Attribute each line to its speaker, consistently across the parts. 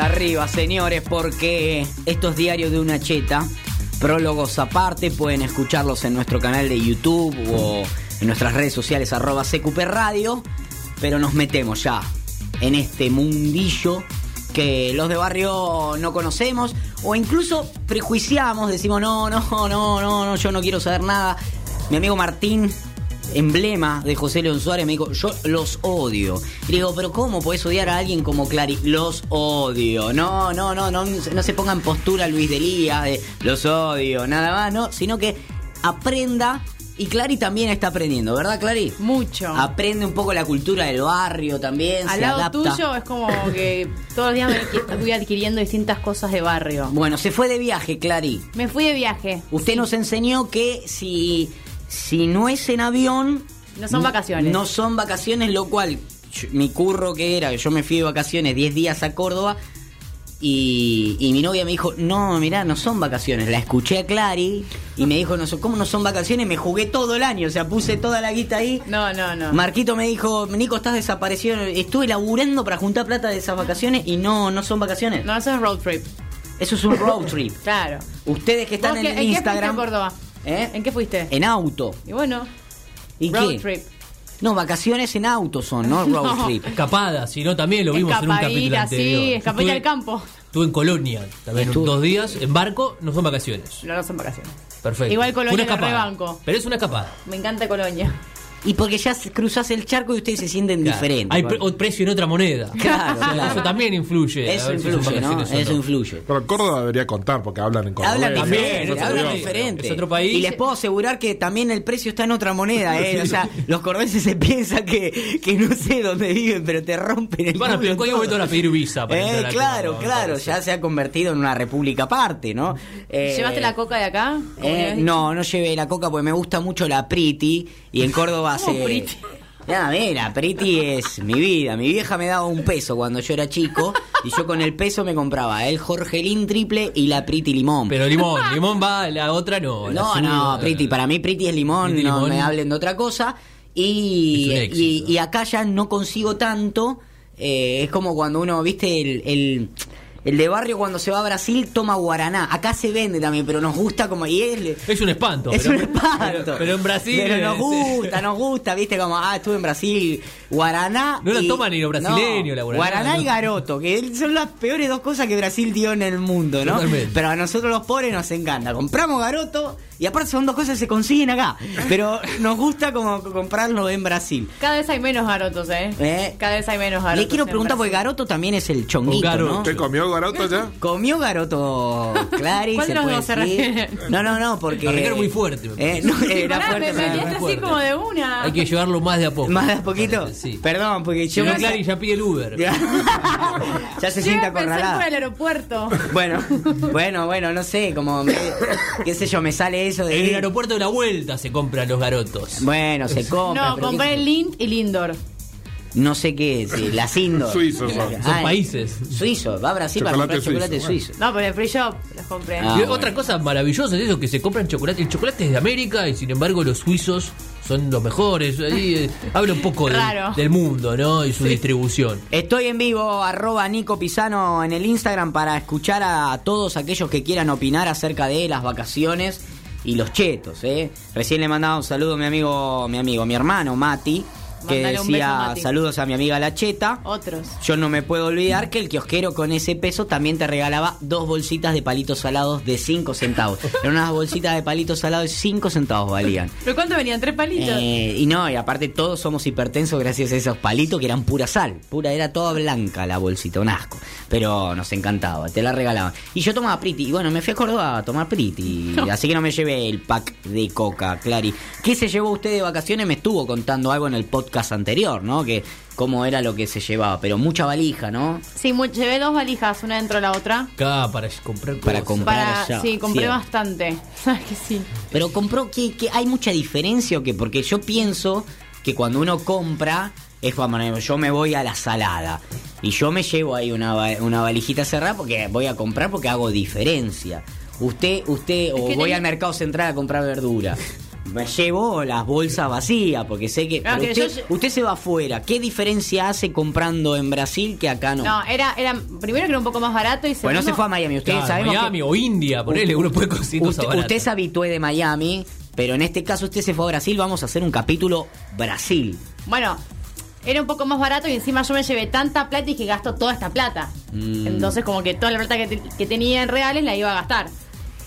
Speaker 1: arriba, señores, porque esto es Diario de una Cheta. Prólogos aparte, pueden escucharlos en nuestro canal de YouTube o en nuestras redes sociales arroba CQP Radio. Pero nos metemos ya en este mundillo que los de barrio no conocemos o incluso prejuiciamos, decimos no, no, no, no, no, yo no quiero saber nada. Mi amigo Martín, emblema de José León Suárez, me dijo, yo los odio. Y le digo, pero ¿cómo podés odiar a alguien como Clary? Los odio. No, no, no, no, no se ponga en postura Luis de Lía de los odio, nada más, no, sino que aprenda. Y Clary también está aprendiendo, ¿verdad, Clary?
Speaker 2: Mucho.
Speaker 1: Aprende un poco la cultura del barrio también.
Speaker 2: Al
Speaker 1: se
Speaker 2: lado
Speaker 1: adapta.
Speaker 2: tuyo es como que todos los días me adqui- voy adquiriendo distintas cosas de barrio.
Speaker 1: Bueno, se fue de viaje, Clary.
Speaker 2: Me fui de viaje.
Speaker 1: Usted nos enseñó que si, si no es en avión...
Speaker 2: No son vacaciones.
Speaker 1: No son vacaciones, lo cual yo- mi curro que era, yo me fui de vacaciones 10 días a Córdoba y, y mi novia me dijo, no, mirá, no son vacaciones. La escuché a Clary y me dijo, no, son- ¿cómo no son vacaciones? Me jugué todo el año, o sea, puse toda la guita ahí.
Speaker 2: No, no, no.
Speaker 1: Marquito me dijo, Nico, estás desaparecido. Estuve laburando para juntar plata de esas vacaciones y no, no son vacaciones.
Speaker 2: No, eso es road trip.
Speaker 1: Eso es un road trip.
Speaker 2: Claro.
Speaker 1: Ustedes que están
Speaker 2: ¿Vos
Speaker 1: en
Speaker 2: qué-
Speaker 1: el
Speaker 2: qué
Speaker 1: Instagram.
Speaker 2: fuiste a Córdoba?
Speaker 1: ¿Eh?
Speaker 2: ¿En qué fuiste?
Speaker 1: En auto.
Speaker 2: Y bueno,
Speaker 1: ¿Y
Speaker 2: road
Speaker 1: qué?
Speaker 2: trip.
Speaker 1: No, vacaciones en auto son, no road
Speaker 2: No.
Speaker 1: trip.
Speaker 3: Escapada, si no, también lo vimos en un capítulo
Speaker 2: Escapadita,
Speaker 3: anterior.
Speaker 2: sí,
Speaker 3: Yo
Speaker 2: escapadita
Speaker 3: estuve-
Speaker 2: al campo.
Speaker 3: Estuve en Colonia, también
Speaker 1: Estuve.
Speaker 3: dos días, en barco, no son vacaciones.
Speaker 2: No, no son vacaciones.
Speaker 3: Perfecto.
Speaker 2: Igual Colonia
Speaker 3: Una
Speaker 2: la
Speaker 3: escapada.
Speaker 2: rebanco.
Speaker 3: Pero es una escapada.
Speaker 2: Me encanta Colonia.
Speaker 1: Y porque ya se- cruzás el charco y ustedes se sienten
Speaker 3: Claro.
Speaker 1: diferentes.
Speaker 3: Hay pre- o precio en otra moneda.
Speaker 1: Claro,
Speaker 3: O sea,
Speaker 1: claro.
Speaker 3: Eso también influye. a
Speaker 1: Eso
Speaker 3: ver si son
Speaker 1: influye, ¿no?
Speaker 3: vacaciones o
Speaker 1: Eso
Speaker 3: no.
Speaker 1: influye.
Speaker 4: Pero Córdoba debería contar porque hablan en Córdoba.
Speaker 1: Hablan
Speaker 3: También,
Speaker 1: diferente,
Speaker 3: es otro
Speaker 1: hablan
Speaker 3: idioma.
Speaker 1: diferente.
Speaker 3: Es otro país.
Speaker 1: Y les puedo asegurar que también el precio está en otra moneda, ¿eh? O sea, los cordobeses se piensan que, que no sé dónde viven, pero te rompen el
Speaker 3: Y van a
Speaker 1: culo
Speaker 3: pedir, en cualquier
Speaker 1: todo.
Speaker 3: momento van a pedir visa para
Speaker 1: Eh,
Speaker 3: entrar a
Speaker 1: claro,
Speaker 3: Córdoba, me
Speaker 1: claro,
Speaker 3: parece.
Speaker 1: ya se ha convertido en una república aparte, ¿no? Eh,
Speaker 2: ¿Llevaste la coca de acá? Como
Speaker 1: Eh,
Speaker 2: me habías
Speaker 1: no, no llevé la coca porque me gusta mucho la Priti y en Córdoba
Speaker 2: ¿Cómo
Speaker 1: se.
Speaker 2: Priti?
Speaker 1: Nada, ve, la Priti es mi vida. Mi vieja me daba un peso cuando yo era chico y yo con el peso me compraba el Jorgelín triple y la Priti limón.
Speaker 3: Pero limón, limón va, la otra no. la
Speaker 1: no,
Speaker 3: azul,
Speaker 1: no,
Speaker 3: la-
Speaker 1: Priti, para mí Priti es limón,
Speaker 3: Priti
Speaker 1: no
Speaker 3: limón.
Speaker 1: me hablen de otra cosa. Y,
Speaker 3: Es un
Speaker 1: y,
Speaker 3: éxito.
Speaker 1: y acá ya no consigo tanto. eh, es como cuando uno, viste, el, el, el de barrio cuando se va a Brasil toma guaraná. Acá se vende también, pero nos gusta como... Y es,
Speaker 3: Es un espanto.
Speaker 1: es
Speaker 3: pero,
Speaker 1: un espanto.
Speaker 3: Pero, pero en Brasil.
Speaker 1: Pero nos
Speaker 3: es-
Speaker 1: gusta, nos gusta, viste, como, ah, estuve en Brasil, Guaraná.
Speaker 3: No la
Speaker 1: y-
Speaker 3: toman ni los brasileños, la Guaraná,
Speaker 1: Guaraná y
Speaker 3: no.
Speaker 1: Garoto, que son las peores dos cosas que Brasil dio en el mundo, ¿no?
Speaker 3: Totalmente.
Speaker 1: Pero a nosotros los pobres nos encanta. Compramos Garoto y aparte son dos cosas que se consiguen acá. Pero nos gusta como comprarlo en Brasil.
Speaker 2: Cada vez hay menos garotos, ¿eh?
Speaker 1: Eh.
Speaker 2: Cada vez hay menos garotos.
Speaker 1: Le quiero
Speaker 2: en
Speaker 1: preguntar, porque
Speaker 2: Brasil.
Speaker 1: Garoto también es el chonguito,
Speaker 3: O Garoto.
Speaker 1: ¿no?
Speaker 4: ¿Usted comió Garoto ya?
Speaker 1: Comió garoto, Clary,
Speaker 2: ¿Cuál
Speaker 1: se
Speaker 2: de los
Speaker 1: puede
Speaker 2: dos se
Speaker 1: decir.
Speaker 2: refiere?
Speaker 1: No, no, no, porque.
Speaker 3: La reguera muy fuerte, me
Speaker 1: Eh, no, era
Speaker 2: Pará,
Speaker 1: fuerte.
Speaker 2: me
Speaker 1: pero-
Speaker 2: metiste así
Speaker 3: fuerte.
Speaker 2: como de una.
Speaker 3: Hay que llevarlo más de a poco.
Speaker 1: ¿Más de a poquito?
Speaker 3: Sí.
Speaker 1: Perdón, porque yo
Speaker 3: Llegó
Speaker 1: me-
Speaker 3: Clary y ya pide el Uber.
Speaker 1: Ya, Ya se
Speaker 2: Llega
Speaker 1: sienta
Speaker 2: a pensar por el
Speaker 1: acorralada.
Speaker 2: aeropuerto.
Speaker 1: Bueno, bueno, bueno, no sé, como me- qué sé yo, me sale eso de
Speaker 3: En el aeropuerto de la vuelta se compran los garotos.
Speaker 1: Bueno, se compra,
Speaker 2: No,
Speaker 1: pero qué
Speaker 2: compré
Speaker 1: sé yo.
Speaker 2: el Lind y Lindor.
Speaker 1: no sé qué es, eh, las indoor.
Speaker 4: Suizos son.
Speaker 3: Son
Speaker 1: Ah,
Speaker 3: países.
Speaker 1: Suizo, va a Brasil para
Speaker 4: Chocolate
Speaker 1: comprar chocolate
Speaker 4: suizo,
Speaker 1: suizo.
Speaker 2: No, pero en el free shop los compré.
Speaker 1: Ah,
Speaker 3: Y
Speaker 1: bueno.
Speaker 3: Otra cosa maravillosa es eso, que se compran chocolate. El chocolate es de América y sin embargo los suizos son los mejores. Ahí eh, habla un poco del,
Speaker 2: Raro.
Speaker 3: del mundo, ¿no? Y su distribución.
Speaker 1: Estoy en vivo, arroba Nico Pisano en el Instagram para escuchar a todos aquellos que quieran opinar acerca de las vacaciones y los chetos, ¿eh? Recién le mandaba un saludo a mi amigo, mi amigo, mi hermano Mati, que
Speaker 2: Mandale un beso,
Speaker 1: decía
Speaker 2: Mati.
Speaker 1: saludos a mi amiga La Cheta.
Speaker 2: Otros.
Speaker 1: Yo no me puedo olvidar que el kiosquero con ese peso también te regalaba dos bolsitas de palitos salados de 5 centavos. Eran unas bolsitas de palitos salados de 5 centavos valían.
Speaker 2: ¿Pero cuánto venían? ¿Tres palitos?
Speaker 1: Eh, y no, y aparte todos somos hipertensos gracias a esos palitos que eran pura sal. Pura, era toda blanca la bolsita, un asco. Pero nos encantaba, te la regalaban. Y yo tomaba Priti, y bueno, me fui a Córdoba a tomar Priti. Así que no me llevé el pack de coca, Clary. ¿Qué se llevó usted de vacaciones? Me estuvo contando algo en el podcast anterior, ¿no? Que cómo era lo que se llevaba, pero mucha valija, ¿no?
Speaker 2: Sí, mu- llevé dos valijas, una dentro de la otra.
Speaker 3: Acá para comprar
Speaker 1: Para
Speaker 3: cosas.
Speaker 1: comprar
Speaker 2: Para,
Speaker 1: allá,
Speaker 2: sí, compré
Speaker 1: siempre.
Speaker 2: bastante. Sabes que sí.
Speaker 1: Pero compró que, hay mucha diferencia o qué? porque yo pienso que cuando uno compra es como bueno, yo me voy a la salada y yo me llevo ahí una, va- una valijita cerrada porque voy a comprar porque hago diferencia. Usted usted o
Speaker 2: que
Speaker 1: voy
Speaker 2: tenía-
Speaker 1: al mercado central a comprar verdura. me llevo las bolsas vacías, porque sé que.
Speaker 2: Claro,
Speaker 1: pero
Speaker 2: Ah, que
Speaker 1: usted,
Speaker 2: yo-
Speaker 1: usted se va afuera. ¿Qué diferencia hace comprando en Brasil que acá no?
Speaker 2: No, era, era primero que era un poco más barato y
Speaker 1: bueno,
Speaker 2: segundo,
Speaker 1: no se fue a Miami. Usted
Speaker 3: Claro,
Speaker 1: sabemos que-
Speaker 3: Miami o India, ponele, uno puede conseguir
Speaker 1: Usted,
Speaker 3: cosas baratas.
Speaker 1: usted es habitué de Miami, pero en este caso usted se fue a Brasil. Vamos a hacer un capítulo Brasil.
Speaker 2: Bueno, era un poco más barato y encima yo me llevé tanta plata y que gasto toda esta plata.
Speaker 1: Mm.
Speaker 2: Entonces, como que toda la plata que, te- que tenía en reales la iba a gastar.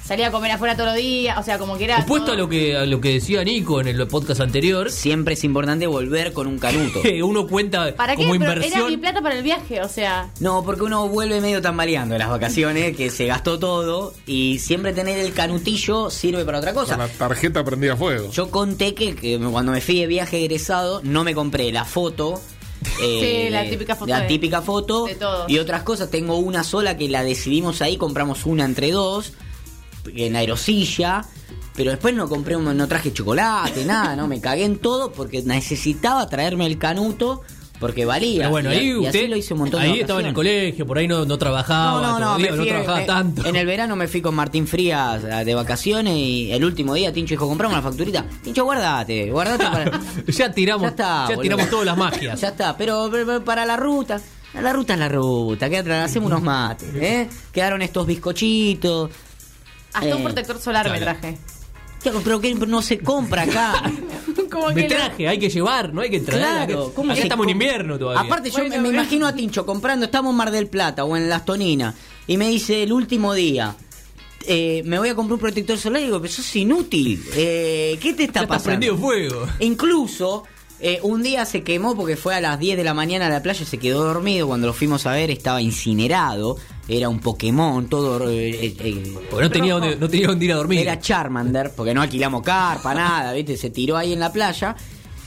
Speaker 2: Salía a comer afuera todos los días, o sea, como que era.
Speaker 3: Opuesto
Speaker 2: todo-
Speaker 3: a lo que a lo que decía Nico en el podcast anterior,
Speaker 1: Siempre es importante volver con un canuto.
Speaker 3: que uno cuenta
Speaker 2: ¿Para qué?
Speaker 3: como
Speaker 2: Pero
Speaker 3: inversión.
Speaker 2: era mi plata para el viaje, o sea.
Speaker 1: No, porque uno vuelve medio tambaleando en las vacaciones, que se gastó todo y siempre tener el canutillo sirve para otra
Speaker 4: Con la
Speaker 1: cosa.
Speaker 4: tarjeta prendida a fuego.
Speaker 1: Yo conté que, que cuando me fui de viaje egresado no me compré la foto. eh,
Speaker 2: Sí, la típica foto
Speaker 1: La
Speaker 2: de-
Speaker 1: típica foto
Speaker 2: de todos.
Speaker 1: y otras cosas. Tengo una sola que la decidimos ahí, compramos una entre dos, en aerosilla. Pero después no compré, un- no traje chocolate, nada, no, me cagué en todo porque necesitaba traerme el canuto porque valía.
Speaker 3: Pero bueno,
Speaker 1: Y a-
Speaker 3: ahí
Speaker 1: y así
Speaker 3: usted
Speaker 1: lo hice un montón de
Speaker 3: ahí estaba en el
Speaker 1: vacaciones.
Speaker 3: colegio, por ahí no, no
Speaker 1: No,
Speaker 3: trabajaba,
Speaker 1: no, no,
Speaker 3: todavía
Speaker 1: me
Speaker 3: no
Speaker 1: fui-
Speaker 3: trabajaba
Speaker 1: me-
Speaker 3: tanto.
Speaker 1: En el verano me fui con Martín Frías eh, de vacaciones y el último día Tincho dijo, compramos la facturita. Tincho, guardate, guardate para...
Speaker 3: ya tiramos,
Speaker 1: Ya está,
Speaker 3: ya
Speaker 1: boludo.
Speaker 3: tiramos todas las magias.
Speaker 1: ya está, pero, pero- pero para la ruta. La ruta es la ruta, que tra- hacemos unos mates, ¿eh? Quedaron estos bizcochitos.
Speaker 2: Hasta un
Speaker 1: Eh,
Speaker 2: protector solar me
Speaker 3: claro.
Speaker 2: traje.
Speaker 1: ¿Qué hago? Pero que no se compra acá.
Speaker 2: como
Speaker 3: Me
Speaker 2: que la-
Speaker 3: traje, hay que llevar, no hay que traer.
Speaker 1: Claro,
Speaker 3: acá
Speaker 1: se
Speaker 3: estamos en
Speaker 1: com-
Speaker 3: invierno todavía.
Speaker 1: Aparte, yo
Speaker 2: Bueno,
Speaker 1: me
Speaker 2: pero-
Speaker 1: imagino a Tincho comprando, estamos en Mar del Plata o en Las Toninas, y me dice el último día. eh, me voy a comprar un protector solar y digo, pero sos inútil. Eh, ¿Qué te está
Speaker 3: ya está
Speaker 1: pasando?
Speaker 3: prendido fuego.
Speaker 1: Incluso, eh, un día se quemó porque fue a las 10 de la mañana a la playa, se quedó dormido. Cuando lo fuimos a ver, estaba incinerado. Era un Pokémon, todo. eh, eh, eh,
Speaker 3: Porque no tenía, dónde, no tenía dónde ir a dormir.
Speaker 1: era Charmander, porque no alquilamos carpa, nada, ¿viste? Se tiró ahí en la playa.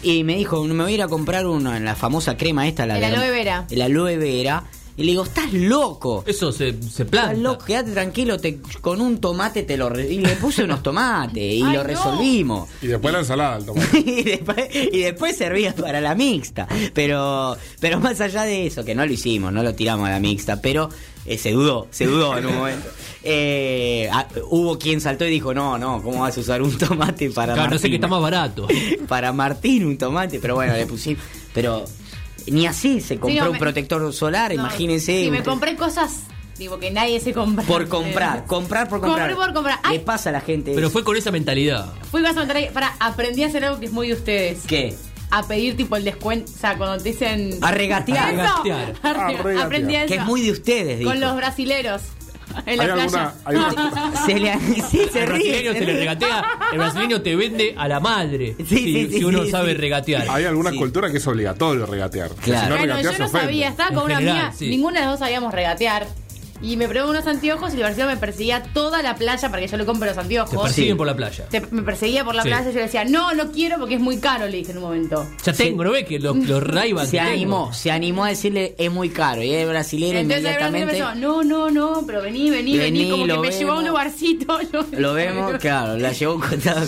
Speaker 1: Y me dijo, me voy a ir a comprar una, la famosa crema esta, la
Speaker 2: El
Speaker 1: de-
Speaker 2: aloe vera.
Speaker 1: El aloe vera. Y le digo, estás loco.
Speaker 3: Eso se, se
Speaker 1: Estás
Speaker 3: planta.
Speaker 1: loco, quédate tranquilo, te- con un tomate te lo... re-". y le puse unos tomates y
Speaker 2: Ay,
Speaker 1: lo
Speaker 2: no.
Speaker 1: resolvimos.
Speaker 4: Y después la ensalada al tomate.
Speaker 1: y, después, y después servía para la mixta. Pero, pero más allá de eso, que no lo hicimos, no lo tiramos a la mixta, pero eh, se dudó, se dudó en un momento. Eh, ah, hubo quien saltó y dijo, no, no, ¿cómo vas a usar un tomate para
Speaker 3: Claro, no sé
Speaker 1: Martín?
Speaker 3: qué está más barato.
Speaker 1: para Martín un tomate, pero bueno, le pusimos. Pero ni así se compró
Speaker 2: no,
Speaker 1: un
Speaker 2: me-
Speaker 1: protector solar,
Speaker 2: No,
Speaker 1: imagínense.
Speaker 2: Si me
Speaker 1: un-
Speaker 2: compré cosas, digo que nadie se compra.
Speaker 1: por comprar, comprar por comprar.
Speaker 2: Compré por comprar.
Speaker 1: Le
Speaker 2: Ay,
Speaker 1: pasa a la gente.
Speaker 3: Pero
Speaker 1: eso.
Speaker 3: fue con esa mentalidad.
Speaker 2: fui vas a meter ahí. Para, aprendí a hacer algo que es muy de ustedes.
Speaker 1: ¿Qué?
Speaker 2: A pedir tipo el descuento. O sea, cuando te dicen.
Speaker 1: A regatear.
Speaker 2: Eso,
Speaker 3: A regatear.
Speaker 2: a re-
Speaker 4: A Ah, regatear.
Speaker 2: Aprendí eso.
Speaker 1: Que es muy de ustedes, dijo.
Speaker 2: Con los brasileros. En la
Speaker 4: ¿Hay
Speaker 2: playa.
Speaker 4: alguna, hay una-
Speaker 1: Se le, sí, se ríe,
Speaker 3: el brasileño
Speaker 1: se
Speaker 3: se le
Speaker 1: ríe.
Speaker 3: regatea. El brasileño te vende a la madre.
Speaker 1: Sí,
Speaker 3: si,
Speaker 1: sí, sí,
Speaker 3: si uno
Speaker 1: sí,
Speaker 3: sabe
Speaker 1: sí.
Speaker 3: regatear.
Speaker 4: hay alguna
Speaker 1: Sí.
Speaker 4: cultura que es obligatorio regatear. Que
Speaker 1: Claro.
Speaker 4: Si no
Speaker 2: Bueno,
Speaker 4: regateas,
Speaker 2: yo no
Speaker 4: se ofende.
Speaker 2: sabía, estaba con
Speaker 3: En
Speaker 2: una
Speaker 3: general,
Speaker 2: amiga,
Speaker 3: sí.
Speaker 2: ninguna de las dos sabíamos regatear. Y me probé unos anteojos y el brasileño me perseguía toda la playa para que yo le compre los
Speaker 3: Te
Speaker 2: anteojos.
Speaker 3: persiguen
Speaker 1: oh, Sí.
Speaker 3: por la playa.
Speaker 2: Te- me perseguía por la
Speaker 3: Sí.
Speaker 2: playa y yo le decía, no, no quiero porque es muy caro, le dije en un momento.
Speaker 3: Ya tengo, ¿no ves? Que los, los Ray-Ban
Speaker 1: Se
Speaker 3: que tengo.
Speaker 1: animó, se animó a decirle es muy caro. Y el brasilero
Speaker 2: Entonces el brasileño me
Speaker 1: inmediatamente.
Speaker 2: dijo, no, no, no, pero vení, vení, vení,
Speaker 1: Vení,
Speaker 2: como que
Speaker 1: lo
Speaker 2: me llevó a un
Speaker 1: vemos.
Speaker 2: lugarcito. no,
Speaker 1: Lo vemos, claro, la llevó contado.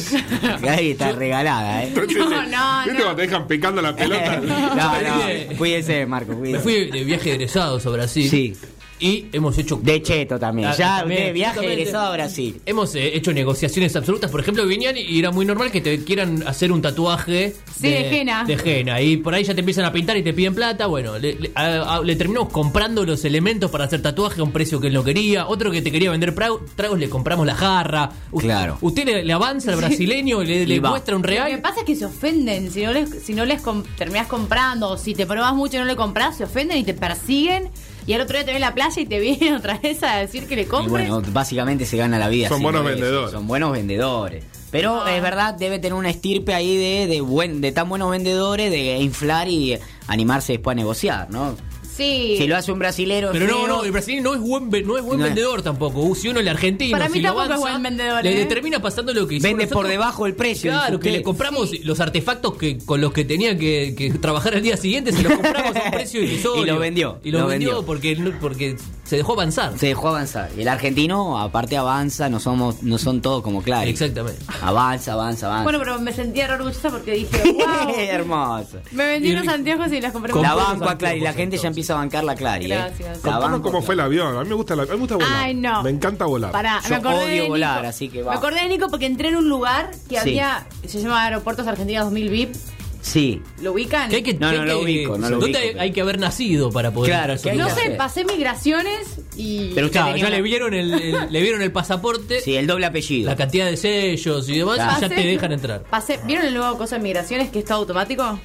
Speaker 1: Ahí está regalada, ¿eh?
Speaker 4: ¿Viste?
Speaker 2: No, no,
Speaker 4: ¿Viste
Speaker 2: no.
Speaker 4: cuando te dejan picando la pelota?
Speaker 1: No, no, cuídese, Marco,
Speaker 3: Me
Speaker 1: cuídese.
Speaker 3: fui de viaje egresados a Brasil.
Speaker 1: Sí.
Speaker 3: Y hemos hecho.
Speaker 1: De cheto también.
Speaker 3: Ah,
Speaker 1: Ya,
Speaker 3: también,
Speaker 1: usted viaje
Speaker 3: justamente.
Speaker 1: egresado a Brasil.
Speaker 3: Hemos eh, hecho negociaciones absolutas. Por ejemplo, venían y era muy normal que te quieran hacer un tatuaje.
Speaker 2: Sí, de henna.
Speaker 3: De henna. Y por ahí ya te empiezan a pintar y te piden plata. Bueno, le, le- a- a- le terminamos comprando los elementos para hacer tatuaje a un precio que él no quería. Otro que te quería vender prau- tragos, le compramos la jarra. U-
Speaker 1: Claro.
Speaker 3: Usted le, le avanza al brasileño, le, le
Speaker 1: Y va.
Speaker 3: muestra un
Speaker 2: Lo que
Speaker 3: real.
Speaker 2: pasa es que se ofenden, si no les, si no les com- terminás comprando, o si te probás mucho y no le compras, se ofenden y te persiguen. Y al otro día te ven en la playa y te vienen otra vez a decir que le
Speaker 1: Y
Speaker 2: compres.
Speaker 1: bueno, básicamente se gana la vida.
Speaker 4: Son
Speaker 1: haciendo
Speaker 4: buenos
Speaker 1: eso,
Speaker 4: vendedores.
Speaker 1: Son buenos vendedores. Pero
Speaker 2: Ah.
Speaker 1: es verdad, debe tener una estirpe ahí de, de, buen, de tan buenos vendedores, de inflar y animarse después a negociar, ¿no?
Speaker 2: sí.
Speaker 1: Si lo hace un brasilero.
Speaker 3: Pero no,
Speaker 1: feo,
Speaker 3: no, el brasileño no es buen, ve- no es buen
Speaker 1: No es.
Speaker 3: vendedor tampoco. Uh, Si uno el argentino,
Speaker 2: Para mí
Speaker 3: si lo
Speaker 2: tampoco es
Speaker 3: avanza,
Speaker 2: buen vendedor,
Speaker 3: le
Speaker 2: ¿eh?
Speaker 3: termina pasando lo que hicimos
Speaker 1: Vende por
Speaker 3: nosotros.
Speaker 1: debajo el precio. dice
Speaker 3: Claro, que
Speaker 1: usted.
Speaker 3: le compramos los artefactos que con los que tenía que, que trabajar al día siguiente, se los compramos a un precio irrisorio.
Speaker 1: Y lo vendió,
Speaker 3: Y lo,
Speaker 1: lo
Speaker 3: vendió,
Speaker 1: vendió.
Speaker 3: porque no- porque Se dejó avanzar.
Speaker 1: Se dejó avanzar. El argentino, aparte, avanza, no somos no son todos como Clary.
Speaker 3: Exactamente.
Speaker 1: Ah, Avanza, avanza, avanza.
Speaker 2: Bueno, pero me sentía re orgullosa porque dije, wow.
Speaker 1: Hermoso.
Speaker 2: me vendí
Speaker 3: Y-
Speaker 2: unos anteojos y las compré
Speaker 3: Con-
Speaker 2: en
Speaker 1: La
Speaker 2: Walmart.
Speaker 1: banco a Clary, la gente ya empieza a bancar la Clary. ¿eh?
Speaker 2: Gracias.
Speaker 1: La
Speaker 4: Contanos
Speaker 1: banco
Speaker 4: cómo
Speaker 1: a
Speaker 4: fue el avión. A mí me gusta, la- a mí me gusta volar.
Speaker 2: Ay, no.
Speaker 4: Me encanta volar.
Speaker 2: Pará,
Speaker 1: Yo
Speaker 2: me acordé
Speaker 1: odio
Speaker 2: de Nico.
Speaker 1: volar, así que va.
Speaker 2: Me acordé de Nico porque entré en un lugar que
Speaker 1: Sí.
Speaker 2: había, se llama Aeropuertos Argentina 2000 VIP.
Speaker 1: Clary. Sí.
Speaker 2: ¿Lo ubican?
Speaker 3: Que hay que,
Speaker 1: No,
Speaker 3: que
Speaker 1: no
Speaker 3: hay
Speaker 1: lo
Speaker 3: que-
Speaker 1: ubico, no lo
Speaker 3: ¿Dónde
Speaker 1: ubico,
Speaker 3: hay,
Speaker 1: pero-
Speaker 3: hay que haber nacido para poder?
Speaker 1: Claro, que hay
Speaker 2: No
Speaker 1: que
Speaker 2: sé,
Speaker 1: hacer.
Speaker 2: pasé migraciones y...
Speaker 1: Pero usted
Speaker 3: Claro,
Speaker 1: tenía
Speaker 3: ya
Speaker 1: una-
Speaker 3: le vieron el, el- le vieron el pasaporte,
Speaker 1: Sí, el doble apellido.
Speaker 3: la cantidad de sellos y demás,
Speaker 1: Claro.
Speaker 3: y ya
Speaker 2: Pasé-
Speaker 3: te dejan entrar.
Speaker 2: Pasé, ¿Vieron el nuevo cosa de migraciones que es todo automático?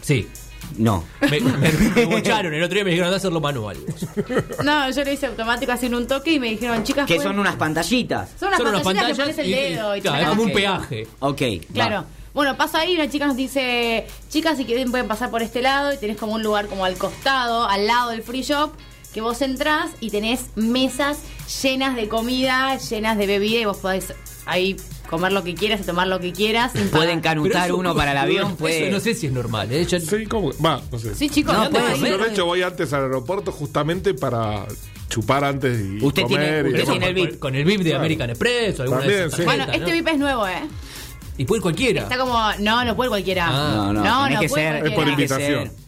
Speaker 3: Sí.
Speaker 1: No.
Speaker 3: Me, me, me bocharon, el otro día me dijeron de hacerlo manual.
Speaker 2: No, yo lo hice automático así en un toque y me dijeron, chicas,
Speaker 1: Que
Speaker 2: pueden-
Speaker 1: son unas pantallitas.
Speaker 2: son unas
Speaker 3: Son unas
Speaker 2: pantallas que
Speaker 3: pantallas
Speaker 2: pones el
Speaker 3: y-
Speaker 2: dedo y,
Speaker 3: y- claro, es
Speaker 2: chacas.
Speaker 3: como un
Speaker 1: Ok.
Speaker 3: peaje.
Speaker 1: Ok. va.
Speaker 2: Claro. Bueno, paso ahí, una chica nos dice, chicas, si quieren pueden pasar por este lado y tenés como un lugar como al costado, al lado del free shop, que vos entrás y tenés mesas llenas de comida, llenas de bebida y vos podés ahí comer lo que quieras y tomar lo que quieras. sin pagar.
Speaker 1: Pueden
Speaker 3: Pero
Speaker 1: canutar
Speaker 3: eso-
Speaker 1: uno para el avión, pues. puede.
Speaker 3: Eso no sé si es normal, ¿eh? Yo-
Speaker 4: Sí, ¿cómo? Va, no sé.
Speaker 2: Sí, chicos,
Speaker 1: No,
Speaker 2: ¿dónde
Speaker 1: pueden
Speaker 2: vas a
Speaker 4: Yo,
Speaker 2: ir?
Speaker 4: de hecho, voy antes al aeropuerto justamente para chupar antes y
Speaker 1: Usted tiene-
Speaker 4: comer. y
Speaker 1: usted
Speaker 4: demás.
Speaker 3: eso
Speaker 1: tiene el
Speaker 3: con,
Speaker 1: VIP.
Speaker 3: con el VIP de American Express o alguna
Speaker 4: También,
Speaker 3: de esas
Speaker 4: sí.
Speaker 2: Bueno,
Speaker 3: tarjetas,
Speaker 2: este
Speaker 3: ¿no?
Speaker 2: VIP es nuevo, ¿eh?
Speaker 3: Y puede ir cualquiera.
Speaker 2: Está como, no, no puede cualquiera.
Speaker 3: Ah.
Speaker 1: No, no,
Speaker 2: No,
Speaker 1: tenés
Speaker 2: no
Speaker 1: que
Speaker 2: puede
Speaker 1: ser. eh,
Speaker 2: cualquiera.
Speaker 4: Es por
Speaker 1: tenés que
Speaker 4: invitación.
Speaker 1: ser-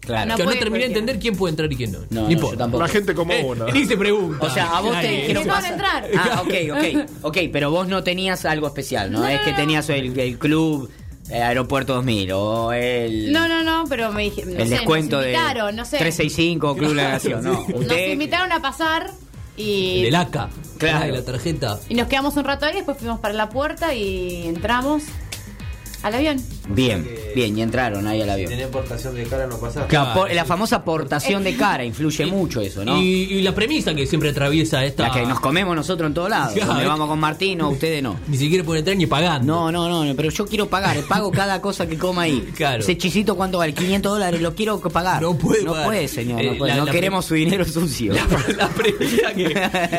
Speaker 1: Claro.
Speaker 2: No
Speaker 3: que no
Speaker 2: puede
Speaker 3: terminé
Speaker 2: cualquiera.
Speaker 3: de entender quién puede entrar y quién no.
Speaker 1: No, no,
Speaker 3: Ni
Speaker 1: yo
Speaker 3: por
Speaker 1: tampoco.
Speaker 4: La gente como
Speaker 3: Eh,
Speaker 4: una.
Speaker 3: Ni se pregunta. ¿eh?
Speaker 1: O sea, a vos te
Speaker 3: Ay,
Speaker 1: dijeron
Speaker 2: no,
Speaker 1: pasar.
Speaker 2: no entrar.
Speaker 1: Ah, ok, ok. Ok, pero vos no tenías algo especial, ¿no?
Speaker 2: No,
Speaker 1: es
Speaker 2: no,
Speaker 1: que
Speaker 2: no.
Speaker 1: tenías el, el club eh, Aeropuerto 2000 o el.
Speaker 2: No, no, no, pero me dijeron, no
Speaker 1: el
Speaker 2: sé,
Speaker 1: descuento
Speaker 2: nos
Speaker 1: de
Speaker 2: invitaron, no sé.
Speaker 1: 365 Club La Nación, no.
Speaker 2: Nos
Speaker 1: Usted-
Speaker 2: invitaron a pasar y...
Speaker 3: Del ACA.
Speaker 1: Claro.
Speaker 3: Ah, de la tarjeta.
Speaker 2: Y nos quedamos un rato ahí, después fuimos para la puerta y entramos al avión.
Speaker 1: Bien, bien, y entraron ahí al
Speaker 5: Si
Speaker 1: avión.
Speaker 5: tenés portación de cara no pasás.
Speaker 1: La, por- la famosa portación de cara influye mucho eso, ¿no?
Speaker 3: Ah, Y, y la premisa que siempre atraviesa esta.
Speaker 1: La que nos comemos nosotros en todos lados.
Speaker 3: Claro.
Speaker 1: Donde vamos con Martín, no, ustedes no.
Speaker 3: Ni siquiera pueden entrar ni pagando.
Speaker 1: No, no, no, no, pero yo quiero pagar, eh, pago cada cosa que coma ahí.
Speaker 3: Claro.
Speaker 1: Ese chisito cuánto vale, 500 dólares, lo quiero pagar.
Speaker 3: No puede
Speaker 1: No
Speaker 3: pagar.
Speaker 1: puede, señor, no,
Speaker 3: Eh,
Speaker 1: puede.
Speaker 3: la-
Speaker 1: No
Speaker 3: la-
Speaker 1: queremos su dinero sucio.
Speaker 3: La premisa que,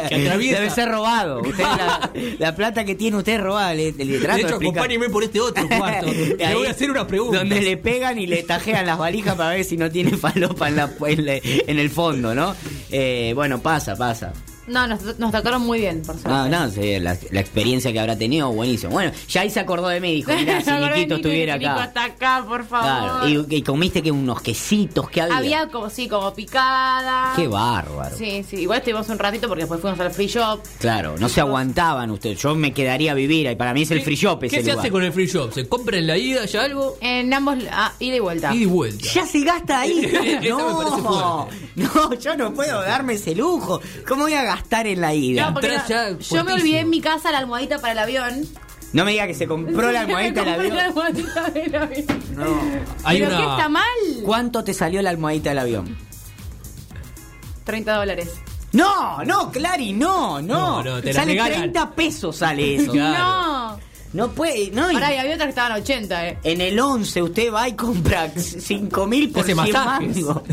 Speaker 3: que atraviesa.
Speaker 1: Debe ser robado. Usted la, la plata que tiene usted es robada. Le, le- le trato
Speaker 3: De hecho,
Speaker 1: explicar.
Speaker 3: acompáñeme por este otro cuarto. Le
Speaker 1: Ahí,
Speaker 3: voy a hacer una pregunta.
Speaker 1: Donde le pegan y le tajean las valijas para ver si no tiene falopa en, la- en la- en el fondo, ¿no? Eh, bueno, pasa, pasa. Ah,
Speaker 2: No, nos, nos trataron muy bien, por suerte.
Speaker 1: No, no, sí, la, la experiencia que habrá tenido, buenísimo. Bueno, ya ahí se acordó de mí, dijo, mirá, si
Speaker 2: Me acordé de
Speaker 1: Niquito
Speaker 2: Nico y dije,
Speaker 1: estuviera
Speaker 2: "Nico,
Speaker 1: acá.
Speaker 2: hasta acá, por favor.
Speaker 1: Claro, y, y comiste que unos quesitos que había.
Speaker 2: Había como, sí, como picada.
Speaker 1: Qué bárbaro.
Speaker 2: Sí, sí, igual estuvimos un ratito porque después fuimos al free shop.
Speaker 1: Claro, no se aguantaban ustedes. Yo me quedaría a vivir ahí. Para mí es el free shop
Speaker 3: ¿Qué
Speaker 1: ese
Speaker 3: se
Speaker 1: lugar.
Speaker 3: hace con el free shop? ¿Se compra en la ida ya algo?
Speaker 2: En ambos, ah, ida y vuelta.
Speaker 3: Ida y vuelta.
Speaker 1: Ya se gasta ahí.
Speaker 3: Eso me parece
Speaker 1: no,
Speaker 3: fuerte.
Speaker 1: no, yo no puedo darme ese lujo. ¿Cómo voy a gastar en la ida?
Speaker 2: No, porque no-
Speaker 3: Entrás ya
Speaker 2: yo me
Speaker 3: fuertísimo.
Speaker 2: olvidé en mi casa la almohadita para el avión.
Speaker 1: No me diga que se compró la almohadita del
Speaker 2: Me compré la
Speaker 1: avión.
Speaker 2: almohadita del avión.
Speaker 1: No.
Speaker 3: Hay
Speaker 2: ¿Pero
Speaker 3: una-
Speaker 2: qué está mal?
Speaker 1: ¿Cuánto te salió la almohadita del avión?
Speaker 2: 30 dólares.
Speaker 1: No, no, Clary, no, no.
Speaker 3: No, no, te la
Speaker 1: sale
Speaker 3: regalan.
Speaker 1: 30 pesos sale eso.
Speaker 3: Claro.
Speaker 2: No.
Speaker 1: No puede, no. y
Speaker 2: Pará, y había otras que estaban 80, eh.
Speaker 1: En el 11 usted va y compra 5 mil por
Speaker 3: Hace
Speaker 1: 100
Speaker 3: masajes.
Speaker 1: mangos.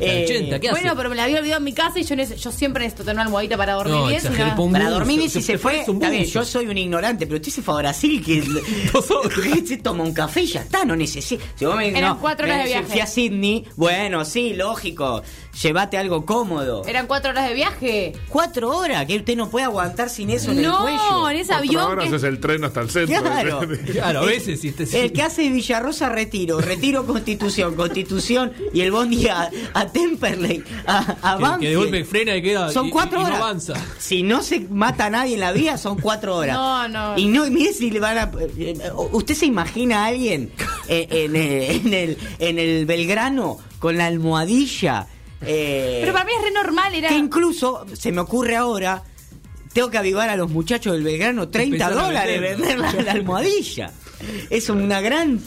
Speaker 1: Eh,
Speaker 3: La 80, ¿Qué
Speaker 2: bueno,
Speaker 3: hace?
Speaker 2: pero me la había olvidado en mi casa y yo, nece- yo siempre necesito tener una almohadita para dormir
Speaker 3: No,
Speaker 2: bien. si
Speaker 3: exageré, pon- Un
Speaker 1: Para
Speaker 3: buzo,
Speaker 1: dormir y
Speaker 3: se-
Speaker 1: si se
Speaker 3: se
Speaker 1: fue,
Speaker 3: parece un
Speaker 1: está bien,
Speaker 3: buzo.
Speaker 1: yo soy un ignorante, pero usted se fue a Brasil que
Speaker 3: Dos horas.
Speaker 1: se toma un café y ya está, no necesita. Si vos me decís,
Speaker 2: Eran
Speaker 1: no,
Speaker 2: cuatro horas de
Speaker 1: me-
Speaker 2: viaje.
Speaker 1: Fui a Sydney, bueno, sí, lógico, llévate algo cómodo.
Speaker 2: Eran cuatro horas de viaje.
Speaker 1: Cuatro horas que usted no puede aguantar sin eso en el
Speaker 2: No,
Speaker 1: cuello.
Speaker 2: en ese
Speaker 4: Cuatro
Speaker 2: avión.
Speaker 4: horas
Speaker 2: que-
Speaker 4: es el tren hasta el centro. ¿eh?
Speaker 1: Claro.
Speaker 3: Claro, a veces si te-
Speaker 1: El que hace Villarrosa Retiro, Retiro Constitución, Constitución y el bondi a, a Temperley, a, a
Speaker 3: que- que, de
Speaker 1: Banfield.
Speaker 3: golpe frena y queda.
Speaker 1: Son
Speaker 3: y-
Speaker 1: cuatro
Speaker 3: y- y no
Speaker 1: horas.
Speaker 3: avanza.
Speaker 1: Si no se mata a nadie en la vía, son cuatro horas.
Speaker 2: No, no.
Speaker 1: Y no, mire si le van a. eh, ¿Usted se imagina a alguien eh, en, eh, en el, en el Belgrano con la almohadilla? eh,
Speaker 2: Pero para mí es re normal, era.
Speaker 1: que incluso se me ocurre ahora. Tengo que avivar a los muchachos del Belgrano 30
Speaker 3: Empezar a
Speaker 1: dólares
Speaker 3: venderlo.
Speaker 1: vender la, la almohadilla. Es una gran.